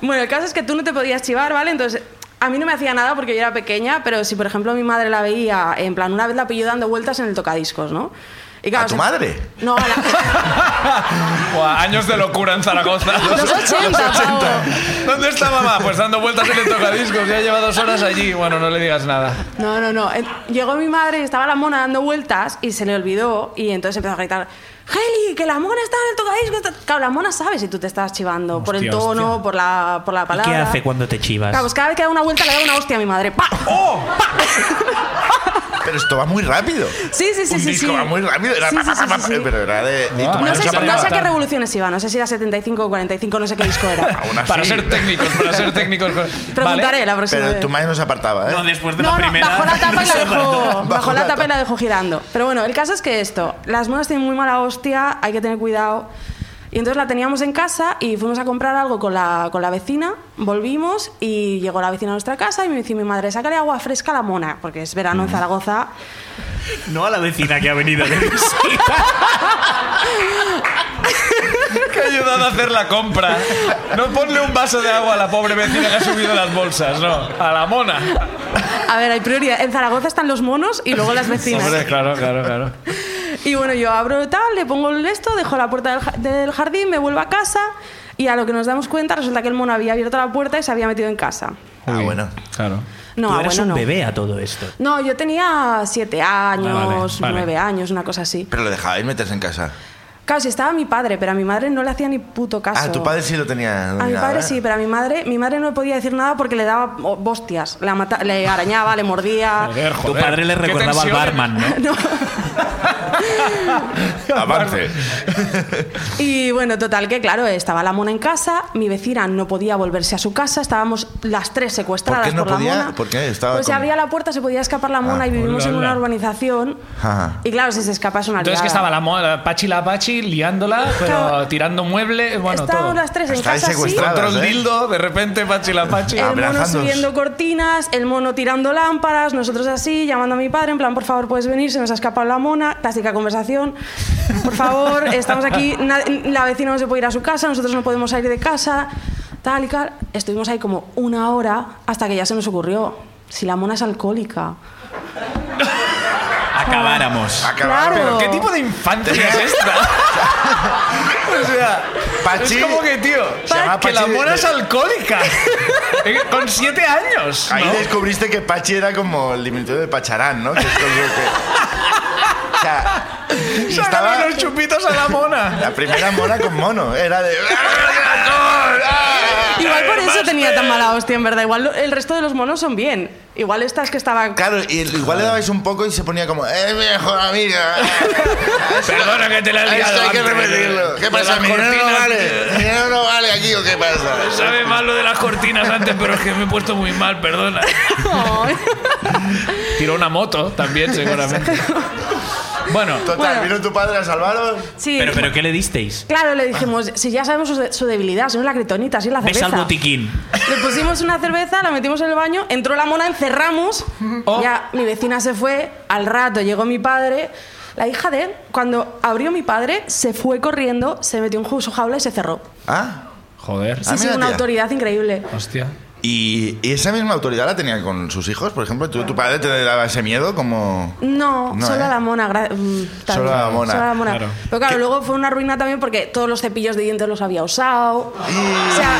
S8: Bueno, el caso es que tú no te podías chivar, ¿vale? Entonces, a mí no me hacía nada porque yo era pequeña, pero si, por ejemplo, mi madre la veía, en plan, una vez la pilló dando vueltas en el tocadiscos, ¿no? Y
S2: ¿A tu madre?
S8: No, a la...
S1: Buah, años de locura en Zaragoza.
S8: los 80, pavo.
S1: ¿Dónde está mamá? Pues dando vueltas en el tocadiscos. Ya lleva dos horas allí. Bueno, no le digas nada.
S8: No, no, no. Eh, Llegó mi madre y estaba la mona dando vueltas y se le olvidó y entonces empezó a gritar, Heli, que la mona está en el tocadiscos. está-". Claro, la mona sabe si tú te estás chivando por el
S1: Hostia,
S8: tono,
S1: hostia.
S8: por la por la
S3: ¿Y
S8: palabra.
S3: qué hace cuando te chivas?
S8: Claro, pues cada vez que da una vuelta le da una hostia a mi madre. ¡Pa!
S2: ¡Oh! Pero esto va muy rápido.
S8: Sí, sí, sí,
S2: Un
S8: sí.
S2: disco
S8: sí.
S2: va muy rápido. Era
S8: Sí, sí, sí, sí, sí.
S2: Pero era de. y tu
S1: No
S2: madre
S8: No sé,
S2: se
S1: para
S8: no sé a qué
S1: matar.
S8: revoluciones iba, no sé si era 75 o 45, no sé qué disco era.
S2: Aún así.
S1: Para ser técnicos, para ser técnicos.
S8: Preguntaré la próxima
S2: Pero
S8: vez.
S2: tu madre nos apartaba, ¿eh?
S3: No, después de
S8: No,
S3: la
S8: no,
S3: primera.
S8: bajó la tapa y la dejó,
S2: Bajo
S8: bajó
S2: la
S8: la tapa
S2: tapa.
S8: y la dejó girando. Pero bueno, el caso es que esto, las monas tienen muy mala hostia, hay que tener cuidado. Y entonces la teníamos en casa y fuimos a comprar algo con la, con la vecina, volvimos y llegó la vecina a nuestra casa y me dice mi madre, sácale agua fresca a la mona, porque es verano en Zaragoza.
S3: No a la vecina que ha venido de visita.
S1: Que ha ayudado a hacer la compra. No ponle un vaso de agua a la pobre vecina que ha subido las bolsas, no. A la mona.
S8: A ver, hay prioridad. En Zaragoza están los monos y luego las vecinas.
S1: Hombre, claro, claro, claro.
S8: Y bueno, yo abro tal, le pongo el esto, dejo la puerta del, ja- del jardín, me vuelvo a casa y a lo que nos damos cuenta resulta que el mono había abierto la puerta y se había metido en casa.
S2: Ah, bueno.
S1: Claro.
S8: No,
S3: Tú
S8: ah,
S3: eres
S8: bueno,
S3: un
S8: no.
S3: bebé a todo esto.
S8: No, yo tenía siete
S2: Ah,
S8: años,
S1: vale.
S8: nueve años, una cosa así.
S2: Pero lo dejabais meterse en casa.
S8: Claro, si estaba mi padre, pero a mi madre no le hacía ni puto caso.
S2: Ah, tu padre sí lo tenía.
S8: A mi
S2: dominado,
S8: padre
S2: ¿eh?
S8: sí, pero a mi madre, mi madre no le podía decir nada porque le daba oh, hostias, La mata- le arañaba, le mordía.
S1: Joder, joder.
S3: Tu padre le
S1: Qué
S3: recordaba al
S1: tensión. ¿eh?
S3: barman, ¿no?
S8: No.
S2: Avance.
S8: Y bueno, total que claro, estaba la mona en casa, mi vecina no podía volverse a su casa, estábamos las tres secuestradas
S2: ¿Por
S8: por,
S2: qué no podía?
S8: la mona.
S2: ¿Por qué? Estaba
S8: pues se
S2: con-
S8: abría la puerta, se podía escapar la mona
S2: Ah,
S8: y vivimos en
S1: hola,
S8: una
S1: hola.
S8: urbanización.
S2: Ajá.
S8: Y claro, si se escapa es una
S1: Entonces que
S8: liada.
S1: estaba la, mo- la Pachi la Pachi liándola, pero
S8: Claro.
S1: tirando muebles, bueno,
S8: Estábamos
S1: todo.
S8: las tres en
S2: Estáis
S8: casa así.
S2: secuestradas.
S1: Control
S2: ¿eh?
S1: dildo, de repente Pachi la Pachi.
S8: El mono
S2: Abrazándoos.
S8: subiendo cortinas, el mono tirando lámparas, nosotros así, llamando a mi padre, en plan, por favor, puedes venir, se nos ha escapado la mona, clásica conversación, por favor, estamos aquí, na- la vecina no se puede ir a su casa, nosotros no podemos salir de casa, tal y tal. Estuvimos ahí como una hora hasta que ya se nos ocurrió, si la mona es alcohólica. Ah.
S3: Acabáramos.
S2: Acababa,
S8: Claro.
S1: ¿Qué tipo de infancia es esta? o sea,
S2: Pachi-
S1: es como que, tío,
S2: Se llama
S1: que la
S2: Pachi de-
S1: mona es alcohólica. Eh, Con siete años.
S2: Ahí
S1: ¿no?
S2: descubriste que Pachi era como el diminutivo de Pacharán, ¿no? Que es como que... O sea,
S1: Sácame
S2: y estaba
S1: los chupitos a la mona.
S2: la primera mona con mono. Era de...
S8: Igual por eso tenía tan mala hostia, en verdad, igual lo- el resto de los monos son bien, igual estas que estaban...
S2: Claro, y igual le dabais un poco y se ponía como... ¡Eh, mejor amiga!
S1: Perdona que te la he liado.
S2: Esto hay que
S1: antes. eh.
S8: eh,
S2: repetirlo. ¿Qué
S1: De
S2: pasa?
S1: las
S2: ¿Mi dinero no
S1: cortinas,
S2: vale? ¿Mi dinero no vale aquí o qué
S1: tío.
S2: pasa?
S1: Sabe mal lo de las cortinas antes, pero es que me he puesto muy mal, perdona.
S8: Ay.
S1: Tiró una moto también, seguramente. Bueno,
S2: Total,
S8: Bueno.
S2: vino tu padre a salvaros.
S8: Sí.
S3: Pero, pero ¿qué le disteis?
S8: Claro, le dijimos, si ya sabemos su, su debilidad, si no es la cretonita, si es la
S3: Ves
S8: cerveza.
S3: al botiquín.
S8: Le pusimos una cerveza, la metimos en el baño, entró la mona, encerramos.
S2: Oh.
S8: Ya mi vecina se fue, al rato llegó mi padre. La hija de él, cuando abrió mi padre, se fue corriendo, se metió en su jaula y se cerró.
S2: Ah,
S1: joder.
S8: Sí,
S2: Ah,
S8: sí,
S2: mira,
S8: una
S2: tía.
S8: autoridad increíble.
S1: Hostia.
S2: y, y esa misma autoridad la tenía con sus hijos, por ejemplo. ¿Tú, ¿Tu padre te daba ese miedo como...?
S8: No,
S2: No,
S8: solo
S2: ¿eh?
S8: a la mona. gra- mm, tal
S2: Solo
S8: vez.
S2: a la mona,
S8: Solo a la mona.
S1: claro.
S8: Pero claro, luego fue una ruina también porque todos los cepillos de dientes los había usado. O sea,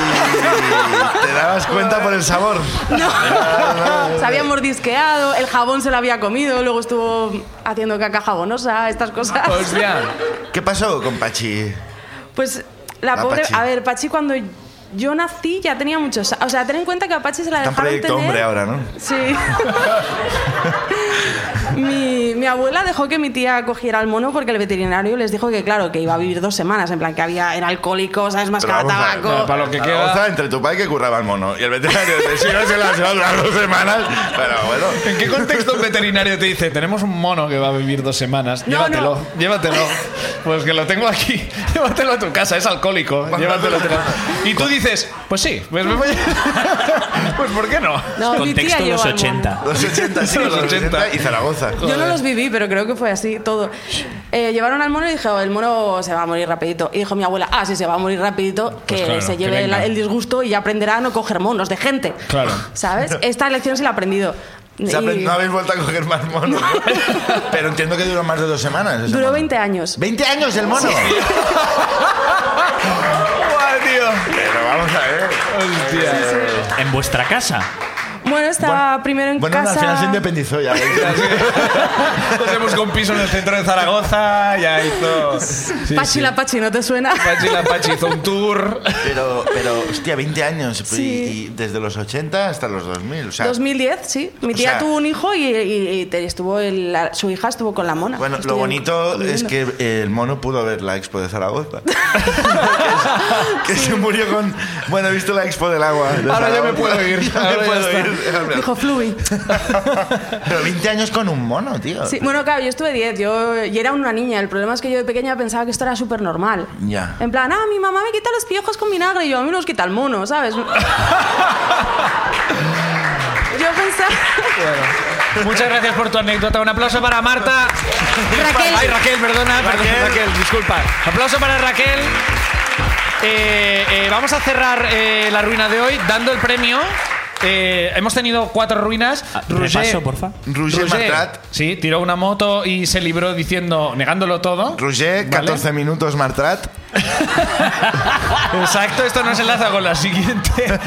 S2: ¿Te dabas cuenta por el sabor?
S8: no. se había mordisqueado, el jabón se lo había comido, luego estuvo haciendo caca jabonosa, estas cosas.
S2: Pues
S1: Hostia.
S2: ¿Qué pasó con Pachi?
S8: Pues la
S2: Ah,
S8: pobre.
S2: Pachi.
S8: A ver, Pachi, cuando yo nací ya tenía muchos. O sea, ten en cuenta que a Pachi se la
S2: Está en
S8: dejaron
S2: proyecto
S8: tener.
S2: hombre ahora, ¿no?
S8: Sí. mi, mi abuela dejó que mi tía cogiera al mono porque el veterinario les dijo que, claro, que iba a vivir dos semanas. En plan, que había, era alcohólico, ¿sabes?
S2: Pero
S8: Mascaba
S2: vamos a ver,
S8: tabaco.
S1: no, Para lo que
S2: La
S1: queda-
S2: goza entre tu padre que curraba el mono y el veterinario dice, si no se la se va a durar dos semanas, pero bueno.
S1: ¿En qué contexto un veterinario te dice, tenemos un mono que va a vivir dos semanas?
S8: No,
S1: llévatelo,
S8: no.
S1: llévatelo. Pues que lo tengo aquí. Llévatelo a tu casa, es alcohólico. Llévatelo a tu casa. Y tú dices, pues sí, pues me voy a- Pues ¿por qué no?
S8: No, mi tía
S3: Contexto
S8: llevó
S3: los
S8: al mono.
S3: 80.
S2: Los 80, sí, los 80 y Zaragoza.
S8: Yo no los viví, pero creo que fue así todo. Eh, llevaron al mono y dije, "Oh, el mono se va a morir rapidito. Y dijo mi abuela, ah, sí, se va a morir rapidito, que
S1: Pues claro,
S8: se
S1: que
S8: lleve el,
S1: venga.
S8: el disgusto y ya aprenderá a no coger monos de gente.
S1: Claro.
S8: ¿Sabes? Esta lección sí la he aprendido.
S2: Se ha
S8: Y
S2: pre- No habéis vuelto a coger más monos. Pero entiendo que duró más de dos semanas. ese
S8: Duró
S2: mono.
S8: 20 años.
S2: ¿20 años el mono?
S1: Guau, tío.
S2: Pero vamos a ver.
S1: Hostia.
S3: En vuestra casa.
S8: Bueno, estaba primero en
S2: Bueno,
S8: casa.
S2: al final se independizó ya. ¿eh?
S1: Nos hemos con piso en el centro de Zaragoza, ya hizo... Sí,
S8: Pachi
S1: sí.
S8: la Pachi, ¿no te suena?
S1: Pachi la Pachi hizo un tour.
S2: Pero, pero, hostia, 20 años. y-
S8: Sí.
S2: Y, desde los 80 hasta los 2000. O sea,
S8: 2010, sí. Mi
S2: O
S8: tía
S2: sea-
S8: tuvo un hijo y, y- y te- estuvo el- la- su hija estuvo con la
S1: Ah,
S8: mona.
S2: Bueno, lo
S8: Estuvieron
S2: bonito es
S8: conviviendo.
S2: que eh, el mono pudo ver la expo de Zaragoza. que es- que se murió con. Bueno, he visto la expo del agua. de
S1: Ahora ya
S2: Zaragoza.
S1: me puedo ir,
S2: Ya
S1: ahora
S2: me
S1: ya
S2: puedo
S1: está.
S2: ir.
S8: Dijo Fluvi.
S2: Pero 20 años con un mono, tío.
S8: Sí, bueno, claro, yo estuve 10, yo, y era una niña. El problema es que yo de pequeña pensaba que esto era súper normal.
S2: Ya.
S8: En plan, ah, mi mamá me quita los piojos con vinagre y yo a mí me los quita el mono, ¿sabes? yo pensaba.
S1: Muchas gracias por tu anécdota. Un aplauso para Marta.
S6: Raquel.
S1: Ay, Raquel, perdona. perdón,
S2: Raquel.
S1: Raquel. disculpa. Aplauso para Raquel. Eh, eh, vamos a cerrar eh, la ruina de hoy dando el premio. Eh, hemos tenido cuatro ruinas.
S3: Ah, Repaso, porfa.
S2: Roger Martrat.
S1: sí, tiró una moto y se libró diciendo, negándolo todo.
S2: Roger,
S1: ¿Vale?
S2: 14 minutos Martrat.
S1: Exacto, esto nos enlaza con la siguiente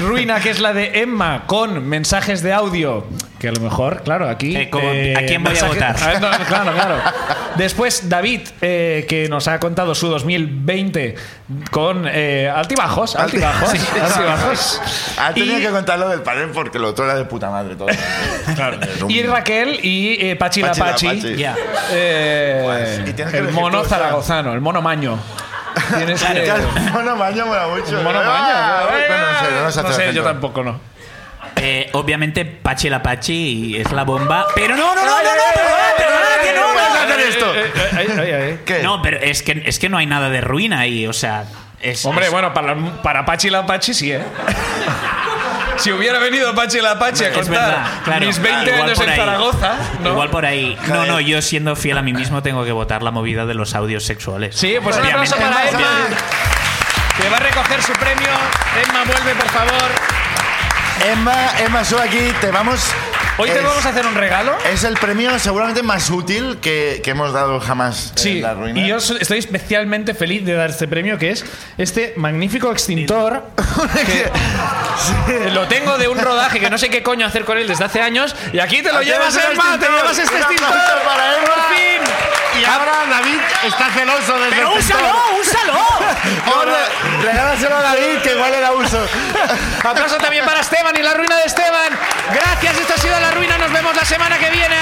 S1: ruina, que es la de Emma, con mensajes de audio. Que a lo mejor, claro, aquí.
S3: Eh, como- ¿a quién voy a votar?
S1: ver, no, claro, claro. Después, David, eh, que nos ha contado su 2020 con eh, altibajos,
S2: Alti-
S1: altibajos,
S2: Sí.
S1: altibajos.
S2: Ah, tenía
S1: Y-
S2: que contar lo del panel porque lo otro era de puta madre todo. Claro.
S1: Y Raquel y eh, Pachi la
S2: Pachi la
S1: Pachi.
S2: Pachi.
S3: Ya.
S1: eh,
S2: Pues, y tienes que
S1: el
S2: elegir
S1: mono
S2: tú, o sea.
S1: zaragozano, el mono maño. Tienes que-
S2: Mono maño mola mucho.
S1: el mono maño. Eh,
S2: Ah, bueno, no sé, no nos
S1: no
S2: hace
S1: sé, yo
S2: acento.
S1: tampoco no.
S3: Eh, obviamente, Pachi la Pachi es la bomba. Pero no, no, no, no, no, perdona, perdona, que no,
S2: ay,
S3: no.
S2: ay, hacer esto.
S1: Eh, eh, eh, eh, eh, eh.
S2: ¿Qué?
S3: No, pero es que, es que no hay nada de ruina ahí, o sea. Es,
S1: Hombre,
S3: es-
S1: bueno, para, para Pachi la Pachi sí, ¿eh? si hubiera venido Pachi la Pachi a
S3: es
S1: contar
S3: verdad, claro,
S1: mis 20
S3: igual
S1: años
S3: por
S1: en
S3: ahí.
S1: Zaragoza, ¿no?
S3: Igual por ahí. No,
S2: Joder.
S3: no, yo siendo fiel a mí mismo tengo que votar la movida de los audios sexuales.
S1: Sí, pues un
S3: Obviamente,
S1: aplauso para
S3: obviamente.
S1: Emma, que va a recoger su premio. Emma, vuelve, por favor.
S2: Emma, Emma, sube aquí, te vamos.
S1: Hoy te
S2: es-
S1: vamos a hacer un regalo.
S2: Es el premio seguramente más útil que, que hemos dado jamás
S1: Sí,
S2: en Eh, la ruina.
S1: y yo so- estoy especialmente feliz de dar este premio, que es este magnífico extintor. que Lo tengo de un rodaje que no sé qué coño hacer con él desde hace años. Y aquí te lo
S2: Aquí
S1: llevas,
S2: tienes el
S1: Emma, te
S2: extintor.
S1: llevas este
S2: Un
S1: extintor.
S2: aplauso para Emma.
S1: ¡Por fin!
S2: Y ahora David está celoso desde
S3: ¡Pero
S2: el
S3: úsalo,
S2: sector.
S3: úsalo!
S2: Ahora, regálaselo a David, que igual era uso.
S1: Aplauso también para Esteban y la ruina de Esteban. Gracias, esto ha sido La Ruina. Nos vemos la semana que viene.